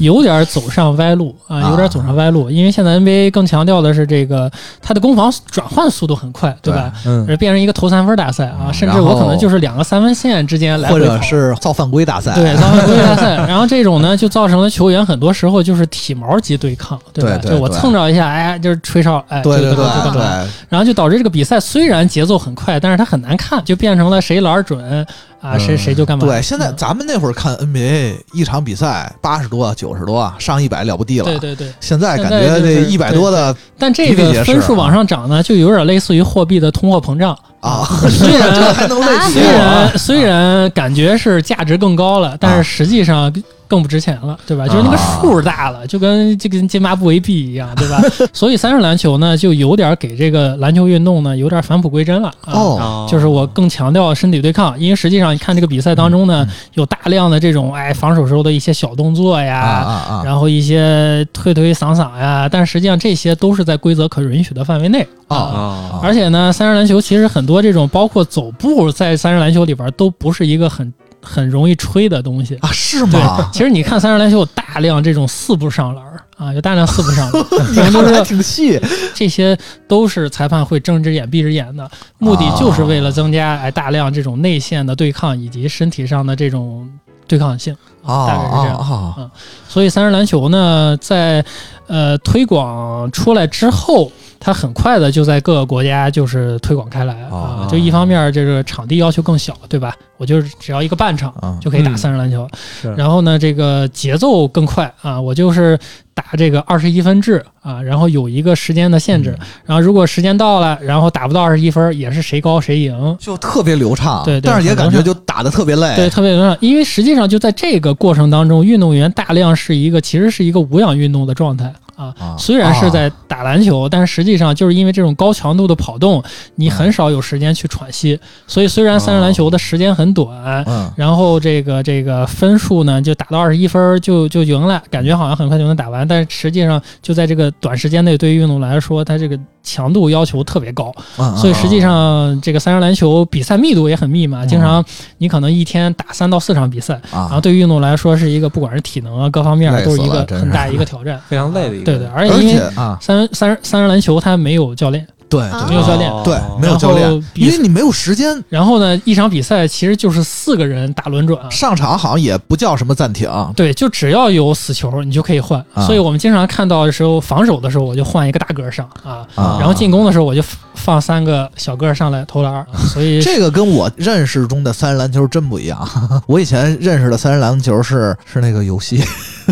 S7: 有点走上歪路
S1: 啊
S7: 啊，有点走上歪路，因为现在 NBA 更强调的是这个它的攻防转换速度很快，对吧？
S4: 嗯，
S7: 而变成一个投三分大赛啊，
S1: 嗯
S7: 甚至
S1: 然后
S7: 我可能就是两个三分线之间来
S1: 或
S7: 回
S1: 者
S7: 跑
S1: 是造犯规大赛，
S7: 对，三分规大赛。然后这种呢，就造成了球员很多时候就是体毛级对抗，吧？
S1: 对对
S7: 就我
S1: 对
S7: 蹭着一下，哎，就是吹哨，哎，
S1: 对
S7: 就
S1: 对
S7: 就就
S1: 对
S7: 干嘛
S1: 对，
S7: 然后就导致这个比赛虽然节奏很快，但是它很难看，就变成了谁篮儿准啊，谁谁就干嘛。
S1: 对，现在
S7: 嗯
S1: 咱们那会儿看 NBA 一场比赛八十多、九十多、上一百了不地
S7: 对
S1: 了，
S7: 对对，
S1: 现在感
S7: 现在
S1: 觉
S7: 就
S1: 这
S7: 是
S1: 一百多的
S7: 但这
S1: 比比
S7: 个
S1: 皆是
S7: 分
S1: 啊
S7: 数往上涨呢，就有点类似于货币的通货膨胀。
S1: 啊，
S7: 虽
S1: 这
S7: 然
S1: 还能类比
S7: 虽
S1: 吗？
S7: 然虽然感觉是价值更高了，
S1: 啊
S7: 但是实际上更不值钱了，对吧？就是那个数大了，就跟就跟津巴布韦币一样，对 吧？所以三人篮球呢，就有点给这个篮球运动呢有点返璞归真了。啊
S1: 哦，
S7: 就是我更强调身体对抗，因为实际上你看这个比赛当中呢，
S1: 嗯
S7: 有大量的这种哎防守时候的一些小动作
S1: 啊
S7: 呀，
S1: 啊啊！
S7: 然后一些推推搡搡呀，但实际上这些都是在规则可允许的范围内
S1: 哦
S7: 啊。
S4: 啊，
S7: 而且呢，三人篮球其实很多这种包括走步，在三人篮球里边都不是一个很很容易吹的东西。
S1: 啊，是
S7: 对
S1: 吗，？
S7: 其实你看三人篮球有大量这种四步上篮儿啊，有大量四步上 篮儿，
S1: 你看的还挺细
S7: 这些都是裁判会睁只眼闭只眼的，目的就是为了增加哎大量这种内线的对抗以及身体上的这种对抗性。
S1: 啊
S7: 大概是这
S1: 啊
S7: 样
S1: 啊！
S7: 所以三人篮球呢，在呃推广出来之后，它很快的就在各个国家就是推广开来啊、
S1: 哦
S7: 就一方面这个场地要求更小，对吧？我就是只要一个半场
S1: 啊
S7: 就可以打
S4: 嗯
S7: 三人篮球，
S4: 是
S7: 然后呢，这个节奏更快啊，我就是打这个二十一分制啊，然后有一个时间的限
S4: 嗯
S7: 制，然后如果时间到了，然后打不到二十一分，也是谁高谁赢。
S1: 就特别流畅，
S7: 对对
S1: 但是也感
S7: 很
S1: 觉
S7: 流畅
S1: 就打的特别累，
S7: 对，特别流畅，因为实际上就在这个过程当中，运动员大量是一个其实是一个无氧运动的状态啊。
S1: 啊，
S7: 虽然是在打篮球，但是实际上就是因为这种高强度的跑动，你很少有时间去喘息。所以虽然三人篮球的时间很短，
S1: 嗯，
S7: 然后这个这个分数呢，就打到二十一分儿就就赢了，感觉好像很快就能打完，但是实际上就在这个短时间内，对于运动来说，它这个强度要求特别高，
S1: 嗯
S7: 所以实际上这个三人篮球比赛密度也很密嘛，经常你可能一天打三到四场比赛，然后
S1: 嗯啊，
S7: 对于运动来说是一个不管是体能啊各方面
S1: 累
S7: 都是
S1: 死
S7: 一个
S1: 了真
S7: 很大
S1: 是
S7: 一个挑 战，
S4: 非常累的一个，
S7: 对对，而
S1: 而
S7: 且因
S1: 且
S7: 为
S1: 啊，
S7: 三三三人篮球它没有教练，
S1: 对
S6: 啊
S7: 没有教练，
S1: 对，没有
S7: 然
S1: 教练
S7: 后，啊比
S1: 因为你没有时间
S7: 然后呢一场比赛其实就是四个人打轮转。啊
S1: 上场，好像也不叫什么暂停，
S7: 对，就只要有死球，你就可以换。
S1: 啊
S7: 所以我们经常看到的时候，防守的时候我就换一个大个上啊，
S1: 啊
S7: 然后进攻的时候我就放三个小个上来投篮儿。所以
S1: 这个跟我认识中的三人篮球真不一样。 我以前认识的三人篮球是是那个游戏，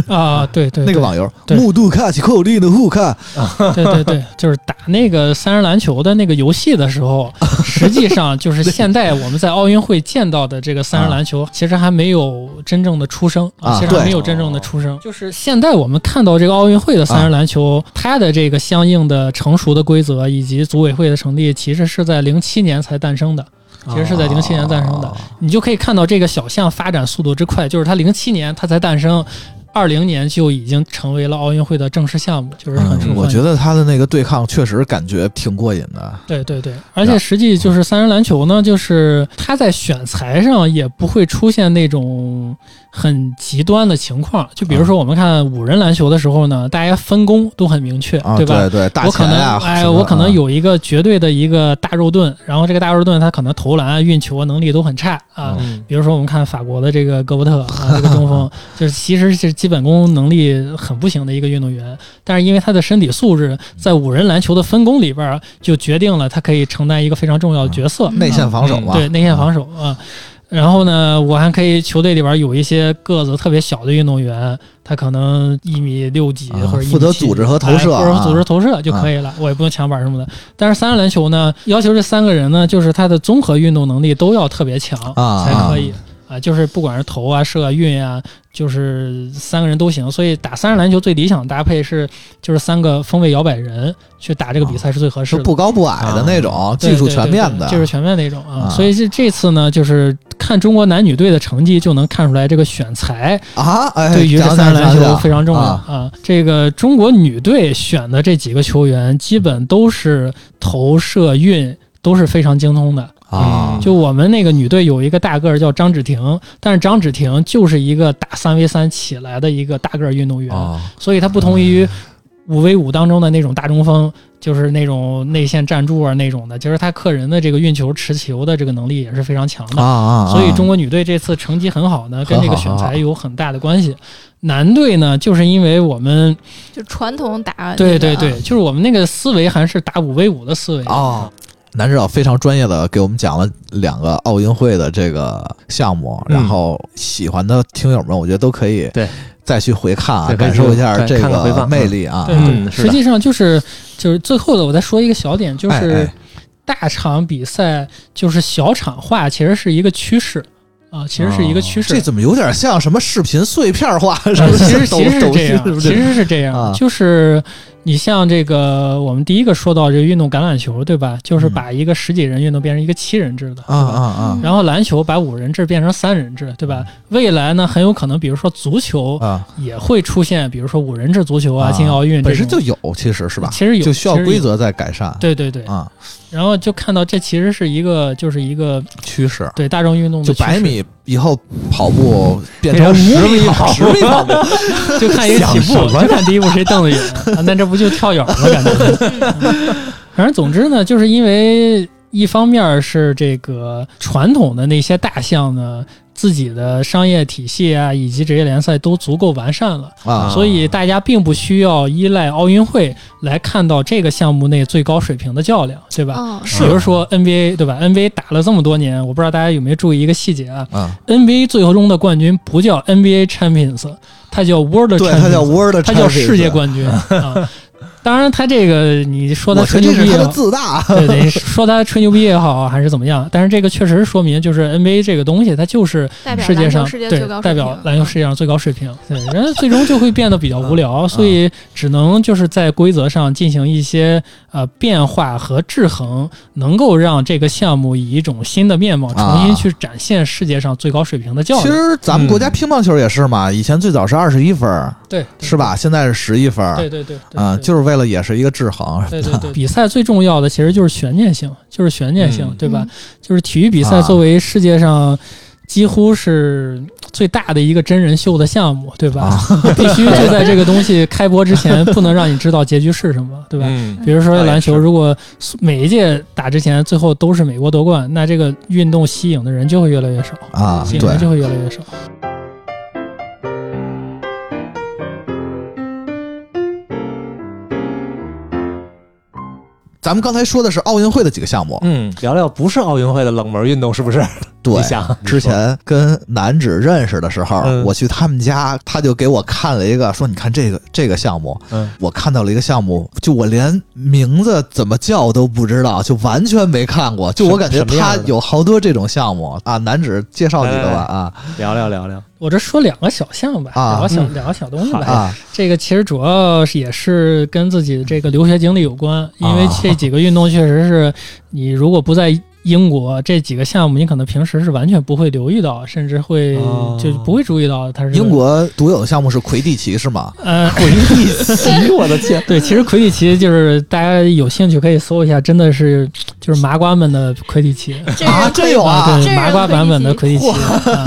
S7: 啊，对对，
S1: 那个
S7: 对
S1: 网游，
S7: 对
S1: 木杜卡奇寇利的库卡，
S7: 对对对，就是打那个三人篮球的那个游戏的时 候，实际上就是现在我们在奥运会见到的这个三人篮球，其实还没有真正的出生
S1: 啊
S7: 其实还没
S1: 对
S7: 有真正的出生。就是现在我们看到这个奥运会的三
S1: 啊
S7: 人篮球，它的这个相应的成熟的规则以及组委会的成立，其实是在零七年才诞生的。其实是在零七年诞生
S1: 哦
S7: 的，你就可以看到这个小项发展速度之快，就是它零七年它才诞生，二零年就已经成为了奥运会的正式项目，就是很受
S1: 嗯，
S7: 欢迎。
S1: 我觉得他的那个对抗确实感觉挺过瘾的。
S7: 对对对，而且实际就是三人篮球呢，就是它在选材上也不会出现那种很极端的情况。就比如说我们看五人篮球的时候呢，大家分工都很明确，
S1: 啊，
S7: 对吧？
S1: 对对，大
S7: 我可
S1: 前
S7: 能
S1: 啊，什
S7: 哎，
S1: 么
S7: 我可能
S1: 啊
S7: 有一个绝对的一个大肉盾，然后这个大肉盾他可能投篮、运球能力都很差啊。
S4: 嗯
S7: 比如说我们看法国的这个戈伯特啊，这个 中锋就是其实是基本功能力很不行的一个运动员，但是因为他的身体素质在五人篮球的分工里边儿就决定了他可以承担一个非常重要的角色，
S1: 啊
S7: 嗯
S1: 内线防守嘛，
S7: 对内线防守啊。然后呢，我还可以球队里边有一些个子特别小的运动员，他可能一米六几
S1: 啊
S7: 或者一米七
S1: 负责组织和投射
S7: 哎负责
S1: 啊
S7: 组织投射就可以了，我也不用抢板什么的。但是三人篮球呢，要求这三个人呢，就是他的综合运动能力都要特别强
S1: 啊
S7: 才可以啊，就是不管是投啊、射啊、运啊，就是三个人都行。所以打三人篮球最理想的搭配是，就是三个锋卫摇摆人去打这个比赛是最合适
S1: 是
S7: 的。
S1: 啊不高不矮的那种，技术全面的，
S7: 啊对对对对技术全面那种啊。
S1: 啊
S7: 所以这这次呢，就是看中国男女队的成绩就能看出来，这个选材
S1: 啊，哎，
S7: 对于这
S1: 讲
S7: 三
S1: 讲
S7: 人篮
S1: 讲
S7: 球
S1: 讲
S7: 非常重要
S1: 啊
S7: 啊。这个中国女队选的这几个球员，基本都是投射运。都是非常精通的。
S1: 啊
S4: 嗯
S7: 就我们那个女队有一个大个儿叫张芷婷，但是张芷婷就是一个打三 v 三起来的一个大个儿运动员，
S1: 啊哎
S7: 所以它不同于五 v 五当中的那种大中锋，就是那种内线站柱啊那种的。其实他个人的这个运球、持球的这个能力也是非常强
S1: 啊
S7: 的。
S1: 啊！
S7: 所以中国女队这次成绩很好呢，跟这个选材有很大的关系。男队呢，就是因为我们
S6: 就传统打那个
S7: 对对对，就是我们那个思维还是打五 v 五的思维
S1: 哦，南指导非常专业的给我们讲了两个奥运会的这个项目，
S4: 嗯
S1: 然后喜欢的听友们，我觉得都可以
S4: 对
S1: 再去回看啊，
S4: 对
S1: 感受一下
S4: 对
S1: 这
S4: 看看回
S1: 个
S4: 放
S1: 魅力啊。
S7: 对，
S4: 嗯
S7: 对
S4: 是
S7: 实
S4: 的
S7: 际上就是就是最后的，我再说一个小点，就
S1: 哎
S7: 是
S1: 哎
S7: 大场比赛就是小场化，其实是一个趋势啊，其实是一个趋势。
S1: 这怎么有点像什么视频碎片化？是
S7: 啊
S1: 不
S7: 其
S1: 是
S7: 实其实是
S1: 抖
S7: 这样
S1: 抖，音
S7: 其实是这
S1: 啊
S7: 样，就是你像这个，我们第一个说到这个运动橄榄球，对吧？就是
S1: 嗯
S7: 把一个十几人运动变成一个七人制的
S1: 啊啊！啊
S7: 对吧然后篮球把五人制变成三人制，对吧？未来呢，很有可能，比如说足球
S1: 啊！
S7: 也会出现，比如说五人制足球
S1: 啊
S7: 啊，进奥运这
S1: 本身就
S7: 种
S1: 有，其实是吧？
S7: 其实有
S1: 就需要
S7: 其实有
S1: 规则再改善。
S7: 对对对。
S1: 啊，
S7: 然后就看到这其实是一个，就是一个
S1: 趋势。
S7: 对大众运动的
S1: 就
S7: 趋势
S1: 百米以后跑步变
S4: 变
S1: 成
S4: 成
S1: 十
S4: 五米
S1: 米跑
S4: 跑
S1: 十米跑步，
S7: 就看一个起步，就看第一步谁蹬得远， 啊那这不就跳远吗？感觉。反正总之呢，就是因为一方面是这个传统的那些大项呢，自己的商业体系啊，以及职业联赛都足够完善了，
S1: 啊，
S7: 所以大家并不需要依赖奥运会来看到这个项目内最高水平的较量，对吧？
S6: 嗯，
S7: 比如说 NBA 对吧？NBA 打了这么多年，我不知道大家有没有注意一个细节啊
S1: 嗯，
S7: ？NBA 最终的冠军不叫 NBA Champions，它叫 World
S1: 对，他叫
S7: Champions，
S1: World，
S7: 它叫世界
S1: Champions
S7: 冠军啊。当然，他这个你说他
S1: 我
S7: 吹
S1: 觉得
S7: 牛
S1: 这是
S7: 逼啊
S1: 他的
S7: 也好，
S1: 自大。啊
S7: 对对，说他吹牛逼也好，还是怎么样，但是这个确实说明，就是 NBA 这个东西，它就是
S6: 代表
S7: 世界
S6: 篮
S7: 上
S6: 球世界最
S7: 对
S6: 高
S7: 代
S6: 水
S7: 表
S6: 平嗯
S7: 篮球世界上最高水平，对，人家最终就会变得比较无
S6: 嗯
S7: 聊，所以只能就是在规则上进行一些呃变化和制衡，能够让这个项目以一种新的面貌重新
S1: 啊
S7: 去展现世界上最高水平的教
S1: 其
S7: 育，
S1: 实咱们国家乒乓球也是嘛，以前最早是二十一分儿，
S7: 对，对
S1: 是？吧？现在是十一分儿，
S7: 对对对，对
S1: 啊，
S7: 对
S1: 就是为了也是一个制衡。
S7: 对对对，啊比赛最重要的其实就是悬念性，就是悬念性，
S4: 嗯
S7: 对吧？
S6: 嗯
S7: 就是体育比赛
S1: 啊
S7: 作为世界上几乎是最大的一个真人秀的项目，对吧？
S1: 啊
S7: 必须就在这个东西开播之前，不能让你知道结局是什么，对吧？
S5: 嗯
S7: 比如说篮球，
S5: 倒也是
S7: 如果每一届打之前最后都是美国夺冠，那这个运动吸引的人就会越来越少，
S1: 啊，
S7: 吸引的
S1: 对
S7: 人，就会越来越少。
S1: 咱们刚才说的是奥运会的几个项目，
S5: 嗯，聊聊不是奥运会的冷门运动是不是？
S1: 对
S5: 你。想
S1: 之前跟南指认识的时候，
S5: 嗯
S1: 我去他们家，他就给我看了一个，说你看这个这个项目，
S5: 嗯
S1: 我看到了一个项目，就我连名字怎么叫都不知道，就完全没看过，就我感觉
S5: 什么样
S1: 他
S5: 的哎
S1: 有好多这种项目啊。南指介绍几个吧啊
S5: 聊聊聊聊，
S7: 我这说两个小项吧，
S1: 啊
S7: 两个小、
S5: 嗯
S7: 两个小东西
S5: 好
S7: 吧。
S5: 哎
S1: 啊
S7: 这个其实主要是也是跟自己的这个留学经历有
S5: 啊
S7: 关，因为这几个运动确实是你如果不在英国，这几个项目你可能平时是完全不会留意到，甚至会
S5: 哦
S7: 就不会注意到它是
S1: 英。国独有的项目是魁地奇是吗？
S7: 呃，
S5: 回忆起我的天，
S7: 对，其实魁地奇就是大家有兴趣可以搜一下，真的是就是麻瓜们的魁地奇。
S6: 这
S1: 啊，
S6: 是
S1: 真有啊！
S7: 对
S6: 真人
S7: 麻瓜版本的魁
S6: 魁
S7: 地奇。 啊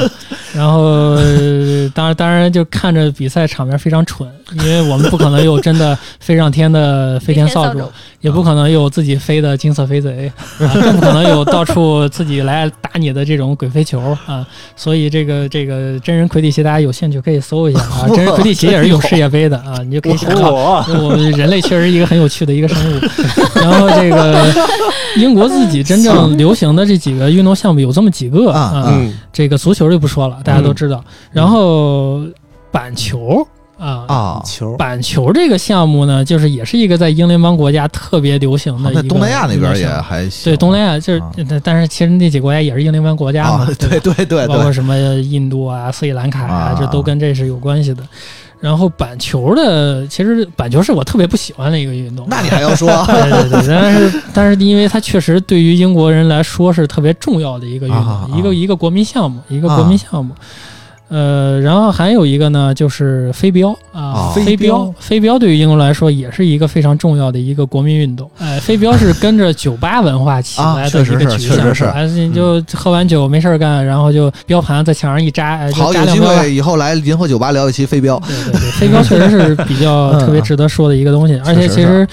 S7: 然后，呃当然，当然就看着比赛场面非常蠢，因为我们不可能有真的 飞上天的飞天扫帚
S6: 飞天扫帚，
S7: 也不可能有自己飞的金色飞贼，啊，更不可能有到处自己来打你的这种鬼飞球啊。所以，这个这个真人魁地奇，大家有兴趣可以搜一下 啊。真人魁地奇也是有世界杯的啊，你就可以想到
S5: 我
S7: 我们人类确实是一个很有趣的一个生物。 然后这个英国自己真正流行的这几个运动项目有这么几个
S1: 啊嗯
S7: 啊、
S5: 嗯
S7: 这个足球就不说了，大家都知道。然后板球啊。
S5: 嗯
S1: 啊，
S5: 球
S7: 板球这个项目呢，就是也是一个在英联邦国家特别流行的一
S1: 那
S7: 个
S1: 东南亚那边
S7: 运
S1: 也
S7: 动项目
S1: 还行。
S7: 对东南亚就是
S1: 啊，
S7: 但是其实那几个国家也是英联邦国家嘛，
S1: 啊，
S7: 吧
S1: 对对对
S7: 包
S5: 哦
S7: 括
S1: 对，
S7: 什么印度啊、斯里兰卡
S1: 啊
S7: 啊，这都跟这是有关系的。然后板球的，其实板球是我特别不喜欢的一个运动。
S1: 那你还要说
S7: 对对对，但是但是因为它确实对于英国人来说是特别重要的一个运动，
S1: 啊啊啊啊
S7: 一个一个国民项目，一个国民项目。呃，然后还有一个呢，就是飞镖啊
S1: 啊，
S7: 飞镖，飞镖对于英国来说也是一个非常重要的一个国民运动。哎，飞镖是跟着酒吧文化起
S1: 啊
S7: 来的一
S1: 确
S7: 个
S1: 实是
S7: 取
S1: 确实
S7: 向，
S1: 是
S7: 吧？你就喝完酒没事儿干，然后就标盘在墙上一扎，哎，就
S1: 好，
S7: 扎
S1: 有
S7: 两
S1: 机
S7: 镖吧。
S1: 会以后来银河酒吧聊一期飞镖
S7: 对对对，飞镖确实是比较
S1: 嗯
S7: 特别值得说的一个东西，而且其
S1: 确实
S7: 实。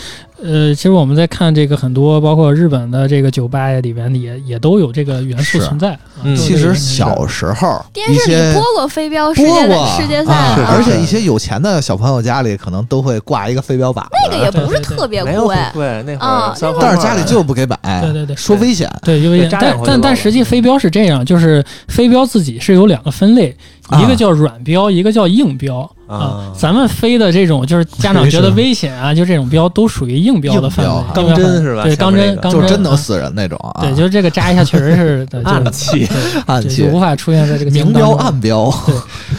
S7: 呃，其实我们在看这个很多，包括日本的这个酒吧呀里边也也都有这个元素
S1: 是
S7: 存在。啊
S5: 嗯
S7: 都有
S1: 其
S7: 这个
S1: 实
S7: 元素存在
S1: 小时候
S6: 电
S1: 一
S6: 视里
S1: 些
S6: 播过飞 镖世
S1: 播
S6: 界
S1: 过
S6: 的世界赛
S1: 啊
S5: 是
S6: 啊，
S1: 而且一些有钱的小朋友家里可能都会挂一个飞镖靶子，
S6: 那个也不是
S7: 对对对
S6: 特别
S5: 没有
S6: 贵
S5: 很贵，哦那会
S6: 啊
S5: 儿三
S6: 那
S5: 环
S1: 但是
S5: 外
S1: 家里就不给买，
S7: 对对对
S1: 说危险
S7: 对，因为
S5: 对扎
S7: 但
S5: 两回就
S7: 但
S5: 够了嗯
S7: 但实际飞镖是这样，就是飞镖自己是有两个分类，
S1: 啊
S7: 一个叫软标，一个叫硬标
S5: 啊
S7: 咱们飞的这种就是家长觉得危险啊，就这种标都属于硬标的范围
S1: 硬，啊
S5: 标
S7: 硬
S5: 钢
S7: 标
S5: 针
S7: 范围
S5: 是吧
S7: 对，
S5: 下
S7: 钢
S5: 面
S7: 针
S5: 那个
S7: 钢针
S1: 就真能
S7: 啊
S1: 死人那种啊，
S7: 对，就是这个扎一下确 实是对就是
S5: 暗器
S7: 对
S1: 暗
S7: 就
S1: 器
S7: 就、无法出现在这个节目
S1: 明
S7: 当
S1: 标、
S7: 中
S1: 暗标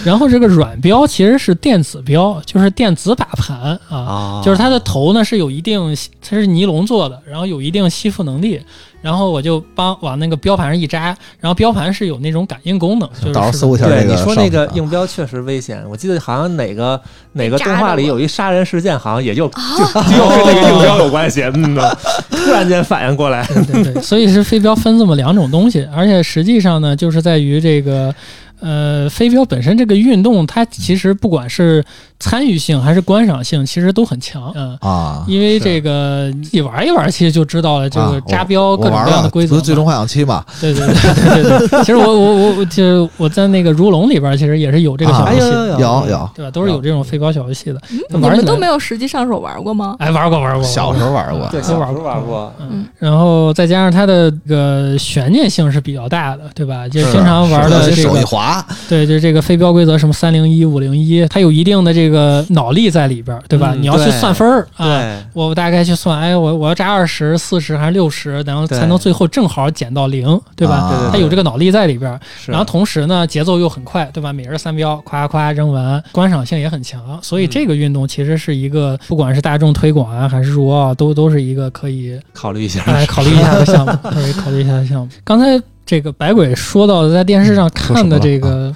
S7: 然后这个软标其实是电子标，就是电子把盘啊，
S5: 啊
S7: 就是它的头呢是有一定，它是尼龙做的，然后有一定吸附能力。然后我就帮往那个标盘上一扎，然后标盘是有那种感应功能，就是
S1: 到时候搜一下
S5: 对
S1: 这个
S5: 你说那个
S1: 上
S5: 硬标确实危险，我记得好像哪个哪个
S6: 扎着啊
S5: 动画里
S6: 我
S5: 有一杀人事件，好像也就就就跟那个硬标有关系。 嗯呐，突然间反应过来，
S7: 对对对，所以是飞镖分这么两种东西，而且实际上呢，就是在于这个呃，飞镖本身这个运动，它其实不管是参与性还是观赏性，其实都很强。嗯，
S1: 啊，
S7: 因为这个你玩一玩，其实就知道了，这
S1: 啊
S7: 个
S1: 我
S7: 扎标
S1: 我
S7: 各种
S1: 玩
S7: 各样
S1: 了
S7: 的规则
S1: 不
S7: 嘛。
S1: 是最终幻想七嘛？
S7: 对对对对对对。其实我我我我，其实我在那个如龙里边，其实也是有这个小
S1: 啊
S7: 游戏的，
S4: 有
S1: 有有，
S7: 对吧？都是有这种飞镖小游戏的。
S6: 嗯你
S7: 玩起
S6: 们
S7: 来
S6: 都没有实际上手玩过吗？
S7: 哎，玩过玩过，
S1: 小时候玩过，
S5: 对，
S7: 对小
S5: 小时
S7: 时候
S5: 候
S7: 玩
S5: 玩
S7: 过
S5: 过，
S7: 嗯，然后再加上它的这个悬念性是比较大的，对吧？就经常玩
S1: 尤
S7: 的
S1: 其
S7: 这
S1: 手一
S7: 个，
S1: 滑，
S7: 对，就是这个飞镖规则，什么三零一、五零一，它有一定的这个脑力在里边儿，对吧？
S5: 嗯
S7: 你要去
S4: 对
S7: 算分儿啊。
S5: 对，
S7: 我大概去算，哎，我我要扎二十四十还是六十，然后
S5: 对
S7: 才能最后正好减到零，对吧？
S1: 啊
S5: 对
S7: 它有这个脑力在里边儿，
S5: 是
S7: 然后同时呢，节奏又很快，对吧？每人三标，夸夸扔完，观赏性也很强，所以
S5: 嗯
S7: 这个运动其实是一个，不管是大众推广啊，还是入奥，都都是一个可以
S5: 考虑一下，
S7: 哎，考虑一下 的项目，可以考虑一下的项目。刚才这个百鬼说到的在电视上看的这
S1: 说
S7: 个，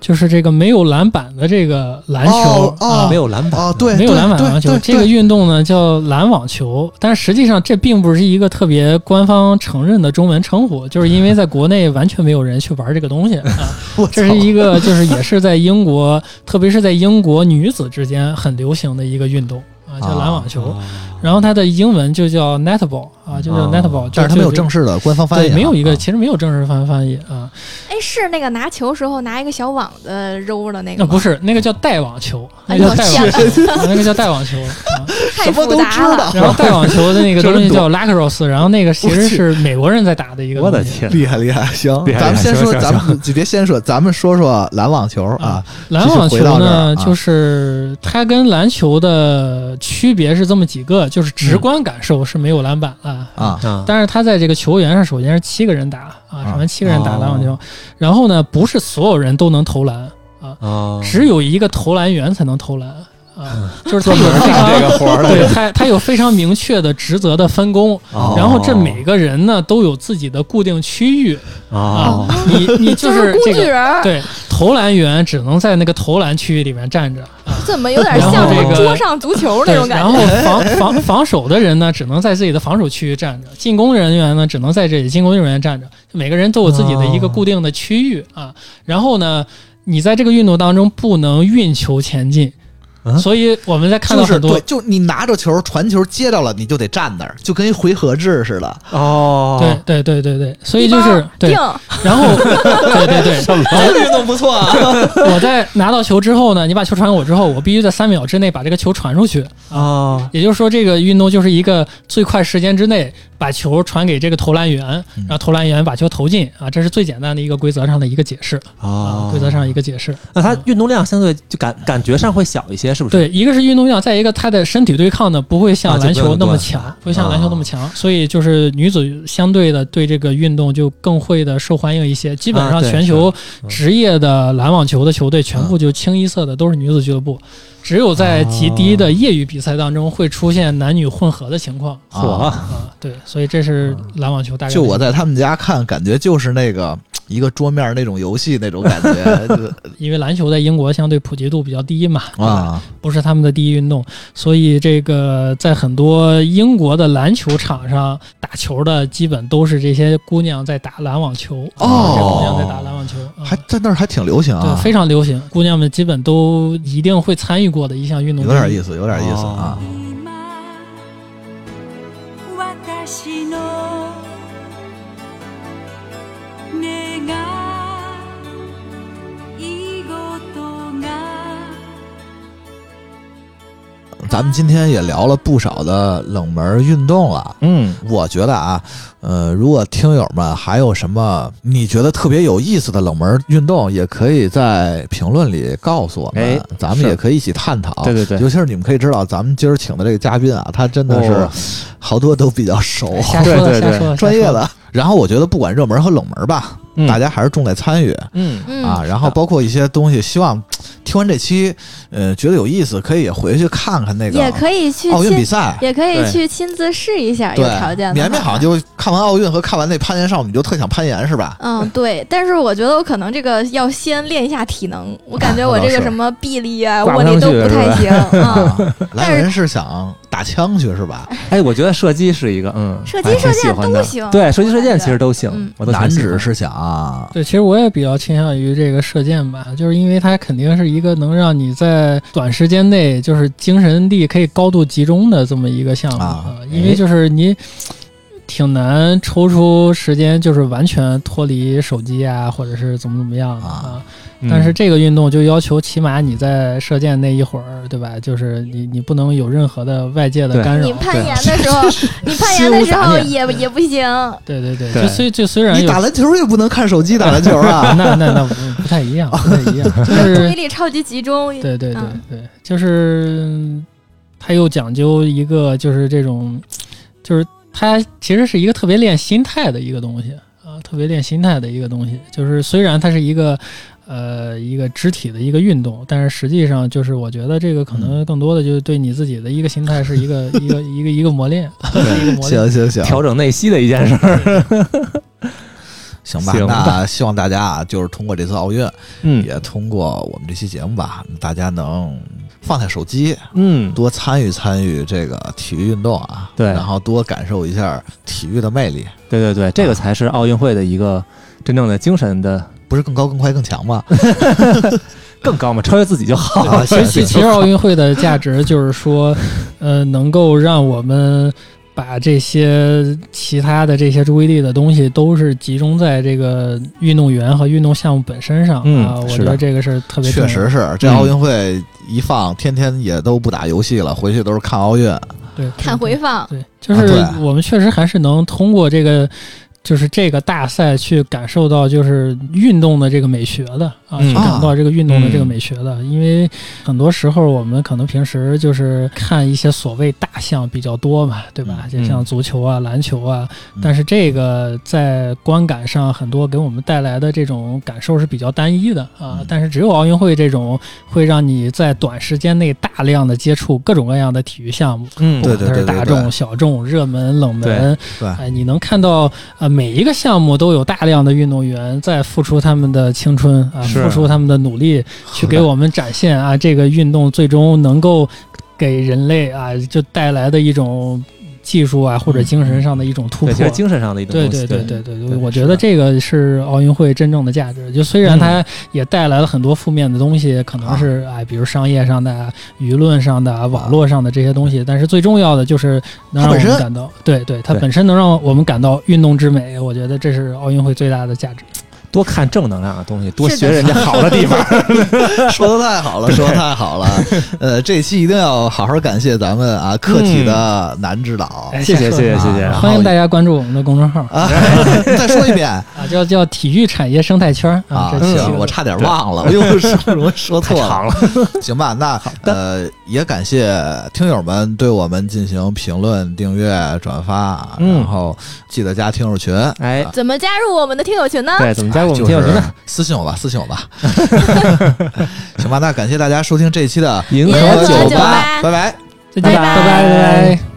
S7: 就是这个没有篮板的这个篮球
S1: 哦哦
S7: 啊
S5: 没。有篮板
S1: 啊，对，
S7: 没有
S1: 对
S7: 篮板
S1: 对
S7: 篮球
S1: 对
S7: 这个
S1: 对
S7: 运动呢叫篮网球，但实际上这并不是一个特别官方承认的中文称呼，就是因为在国内完全没有人去玩这个东西啊。
S1: 我
S7: 这是一个就是也是在英国，特别是在英国女子之间很流行的一个运动啊，叫篮网球。然后它的英文就叫 netball 啊，就叫
S5: 哦
S7: netball，就、
S1: 但是它没有
S7: 就
S1: 正式的官方翻译
S7: 对，
S1: 啊，
S7: 没有一个，
S1: 啊
S7: 其实没有正式翻翻译啊，
S6: 哎，是那个拿球时候拿一个小网子揉的那
S7: 那、
S6: 个吗？
S7: 不是那个叫带网球，那
S6: 哎
S7: 个
S6: 呦
S7: 叫带网球，啊那个叫带网球。啊、
S6: 太
S1: 什么
S6: 复
S1: 都
S6: 杂
S1: 知
S6: 了。
S1: 道，
S7: 然后带网球的那个东西叫 lacrosse，然后那个其实是美国人在打的一个
S5: 我的
S7: 东西。
S5: 天，
S1: 厉害厉害，行
S5: 厉害
S1: 咱们先说，
S5: 行行
S1: 咱们就别先说，咱们说说篮网球啊，
S7: 篮网球
S1: 继续回到这儿啊
S7: 呢，就是它跟篮球的区别是这么几个，就是直观感受是没有篮板了。
S1: 啊
S5: 啊，
S7: 但是他在这个球员上，首先是七个人打啊，首先七个人打篮网球，然后呢，不是所有人都能投篮，
S5: 哦
S7: 只有一个投篮员才能投篮啊，就是他
S5: 专
S7: 有
S5: 门
S7: 非
S5: 干这
S7: 常
S5: 个活儿的
S7: 对他他有非常明确的职责的分工，
S5: 哦
S7: 然后这每个人呢都有自己的固定区域啊
S5: 哦，，
S7: 你 你
S6: 就
S7: 就是
S6: 工
S7: 这
S6: 具
S7: 个。
S6: 人儿，
S7: 对，投篮员只能在那个投篮区域里面站着，
S6: 怎么有点
S7: 然后
S6: 像
S7: 这个
S6: 桌上足球那种
S7: 对
S6: 感
S7: 然
S6: 觉？
S7: 后防防防守的人呢，只能在自己的防守区域站着；进攻人员呢，只能在这里进攻人员站着。每个人都有自己的
S1: 哦
S7: 一个固定的区域、啊。然后呢，你在这个运动当中不能运球前进，
S5: 啊
S7: 所以我们在看
S1: 嗯
S7: 到
S1: 就是
S7: 很多、
S1: 对，就你拿着球传球接到了，你就得站那儿，就跟一回合制似的。
S5: 哦，
S7: 对对对对对，所以就是
S6: 一包
S7: 对
S6: 定，，
S7: 然后对对对，
S1: 这个运动不错啊，
S7: 我在拿到球之后呢，你把球传给我之后，我必须在三秒之内把这个球传出去。
S5: 哦，
S7: 也就是说，这个运动就是一个最快时间之内把球传给这个投篮员，
S4: 嗯
S7: 然后投篮员把球投进啊，这是最简单的一个规则上的一个解释啊
S5: 哦，，
S7: 规则上一个解释。
S4: 那它运动量相对就感感觉上会小一些，是不是？
S7: 对，一个是运动量，再一个它的身体对抗呢不会像
S4: 啊就
S7: 篮
S4: 不用
S7: 球那么
S4: 多
S7: 强，不
S4: 啊
S7: 会像篮球那么强，所以就是女子相对的对这个运动就更会的受欢迎一些。基本
S4: 啊
S7: 上
S4: 对
S7: 全
S4: 是
S7: 球
S4: 嗯
S7: 职业的篮网球的球队全部就清一色的都是女子俱乐部，只有在极低
S4: 啊
S7: 的业余比赛当中会出现男女混合的情
S4: 哦
S7: 况。
S1: 啊
S5: 嚯，
S7: 啊，对，所以这是篮网球大概的
S1: 就我在他们家看，感觉就是那个一个桌面那种游戏那种感 觉就
S7: 因为篮球在英国相对普及度比较低嘛，对吧，
S1: 啊，
S7: 不是他们的第一运动，所以这个在很多英国的篮球场上打球的，基本都是这些姑娘在打篮网球，啊
S1: 哦
S7: 这姑娘在打篮网球，嗯
S1: 还在那儿还挺流行
S7: 对
S1: 啊，，
S7: 非常流行，姑娘们基本都一定会参与过的一项运动
S1: 有
S7: 之一，
S1: 点意思，有点意思
S7: 哦
S1: 啊。
S8: 今私の願い事が
S1: 咱们今天也聊了不少的冷门运动了。
S4: 嗯，
S1: 我觉得啊，呃，如果听友们还有什么你觉得特别有意思的冷门运动，也可以在评论里告诉我们，
S4: 哎
S1: 咱们
S4: 是
S1: 也可以一起探讨。
S4: 对对对
S1: 尤其是你们可以知道，咱们今儿请的这个嘉宾啊，他真的
S4: 哦
S1: 是好多都比较熟，
S7: 哎瞎说了，
S4: 对对
S7: 瞎
S4: 对
S7: 说了，
S1: 专业
S7: 瞎说了。
S1: 的。然后我觉得不管热门和冷门吧，
S4: 嗯
S1: 大家还是重在参与。
S4: 嗯，
S6: 嗯
S1: 啊，然后包括一些东西，希望听完这期，呃，觉得有意思，可以回去看看那个
S6: 也可以去
S1: 奥运比
S6: 亲，
S1: 赛。
S6: 也可以
S4: 对
S6: 去亲自试一下，有
S1: 对，
S6: 条件的话。
S1: 绵绵好像就看完奥运和看完那攀岩少女，就特想攀岩是 吧？
S6: 嗯，对，但是我觉得我可能这个要先练一下体能， 我感觉我这个什么臂力啊、
S4: 挂不
S6: 握力
S4: 上
S6: 都
S4: 去
S6: 不太行啊。
S1: 啊，莱文是想打枪去是吧？
S4: 哎，我觉得射击是一个，嗯，
S6: 射击
S4: 我还挺
S6: 射箭
S4: 喜欢的
S6: 都行
S4: 对，射击射箭其实都行，
S6: 嗯
S4: 我都挺
S1: 男
S4: 喜欢
S1: 只是想啊，
S7: 对，其实我也比较倾向于这个射箭吧，就是因为它肯定是一个能让你在短时间内就是精神力可以高度集中的这么一个项目，
S1: 啊
S7: 因为就是你挺难抽出时间，就是完全脱离手机啊，或者是怎么怎么样的
S1: 啊
S4: 嗯
S7: 但是这个运动就要求，起码你在射箭那一会儿，对吧？就是你你不能有任何的外界的
S4: 对
S7: 干扰
S6: 你。攀岩的时候， 你攀岩的时候也也不行，
S7: 对对对，
S4: 对
S7: 就虽就虽然
S1: 你
S7: 有
S1: 打篮球也不能看手机打篮球
S7: 啊，
S1: 啊。
S7: 那那那不不太一样，不太一样， 就
S6: 注
S7: 是
S6: 意力超级集中。
S7: 对对对
S6: 嗯
S7: 对，就是他又讲究一个，就是这种，就是他其实是一个特别练心态的一个东西啊，特别练心态的一个东西。就是虽然它是一个呃一个肢体的一个运动，但是实际上就是我觉得这个可能更多的就是对你自己的一个心态是一个、一个一个一个磨练， 一个磨练。
S1: 行行行，
S4: 调整内息的一件事儿。
S1: 行吧，
S4: 行
S1: 那希望大家啊，就是通过这次奥运，
S4: 嗯
S1: 也通过我们这期节目吧，大家能放下手机，
S4: 嗯，
S1: 多参与参与这个体育运动啊，
S4: 对
S1: 然后多感受一下体育的魅力，
S4: 对对对，这个才是奥运会的一个真正的精神的
S1: 不是更高、更快、更强吗？
S4: 更高嘛，超越自己就好。
S6: 嗯
S1: 啊，行
S7: 其
S1: 行
S7: 其实奥运会的价值就是说，呃，能够让我们把这些其他的这些注意力的东西，都是集中在这个运动员和运动项目本身上、
S4: 嗯
S7: 啊。我
S4: 是
S7: 觉
S4: 的
S7: 得这个是特别重
S1: 确
S7: 要
S1: 实是，这
S4: 嗯
S1: 奥运会一放，天天也都不打游戏了，回去都是看奥运。
S7: 对
S6: 看回。放，
S7: 对，对就
S1: 啊
S7: 是
S1: 对
S7: 我们确实还是能通过这个。就是这个大赛去感受到就是运动的这个美学的啊，
S4: 嗯
S7: 去感受到这个运动的这
S1: 啊
S7: 个美学的，因为很多时候我们可能平时就是看一些所谓大项比较多嘛，对吧？
S1: 嗯
S7: 就像足球啊、篮球啊
S1: 嗯，
S7: 但是这个在观感上很多给我们带来的这种感受是比较单一的啊
S1: 嗯，
S7: 但是只有奥运会这种会让你在短时间内大量的接触各种各样的体育项目，
S4: 嗯
S1: 对
S7: 不管它是大
S1: 对对
S7: 众、小众、热门、冷门，
S1: 对对
S7: 哎，你能看到呃每一个项目都有大量的运动员在付出他们的青春啊，
S4: 是
S7: 付出他们的努力，去给我们展现啊这个运动最终能够给人类啊就带来的一种技术啊或
S1: 嗯
S7: 者精神上的一种突
S4: 对，其
S7: 破
S4: 实。精神上的一种
S7: 对
S4: 东西。
S7: 对对
S4: 对
S7: 对对
S4: 对
S7: 对，我
S4: 是
S7: 觉得
S4: 的
S7: 这个是奥运会真正的价值。就虽然它也带来了很多负面的东西，可能是哎，比如商业上的、舆论上的、啊网络上的这些东西，但是最重要的就是能让
S1: 它
S7: 我
S1: 本
S7: 们
S1: 身
S7: 感到，对对，它
S4: 对
S7: 本身能让我们感到运动之美。我觉得这是奥运会最大的价值。
S4: 多看正能量的啊东西，多
S6: 是的
S4: 学人家好的地方。
S1: 说的太好了，说的太好了。 呃，这期一定要好好感谢咱们啊客体
S4: 嗯
S1: 的男指导。
S7: 哎
S4: 谢谢
S7: 下
S4: 谢
S7: 次
S4: 谢谢谢
S1: 啊。
S4: 好
S7: 欢迎大家关注我们的公众号
S1: 啊， 再说一遍
S7: 啊，叫叫体育产业生态圈
S1: 啊！
S7: 这七个
S1: 行，
S7: 字
S1: 我差点忘了，哎呦，是我说
S4: 太
S1: 错了
S4: 长。了，
S1: 行吧，那呃，也感谢听友们对我们进行评论、订阅、转发，
S4: 嗯
S1: 然后记得加听友群。
S4: 哎，
S6: 怎么加入我们的听友群呢？
S4: 对，怎么加入我
S1: 啊就
S4: 们
S1: 是
S4: 听友群呢？
S1: 私信我吧，私信我 吧。 行吧，那感谢大家收听这一期的
S4: 银
S6: 河
S1: 河
S6: 酒
S1: 吧
S6: 吧，
S1: 拜拜。
S7: 再见，
S6: 拜拜
S7: 拜拜。拜拜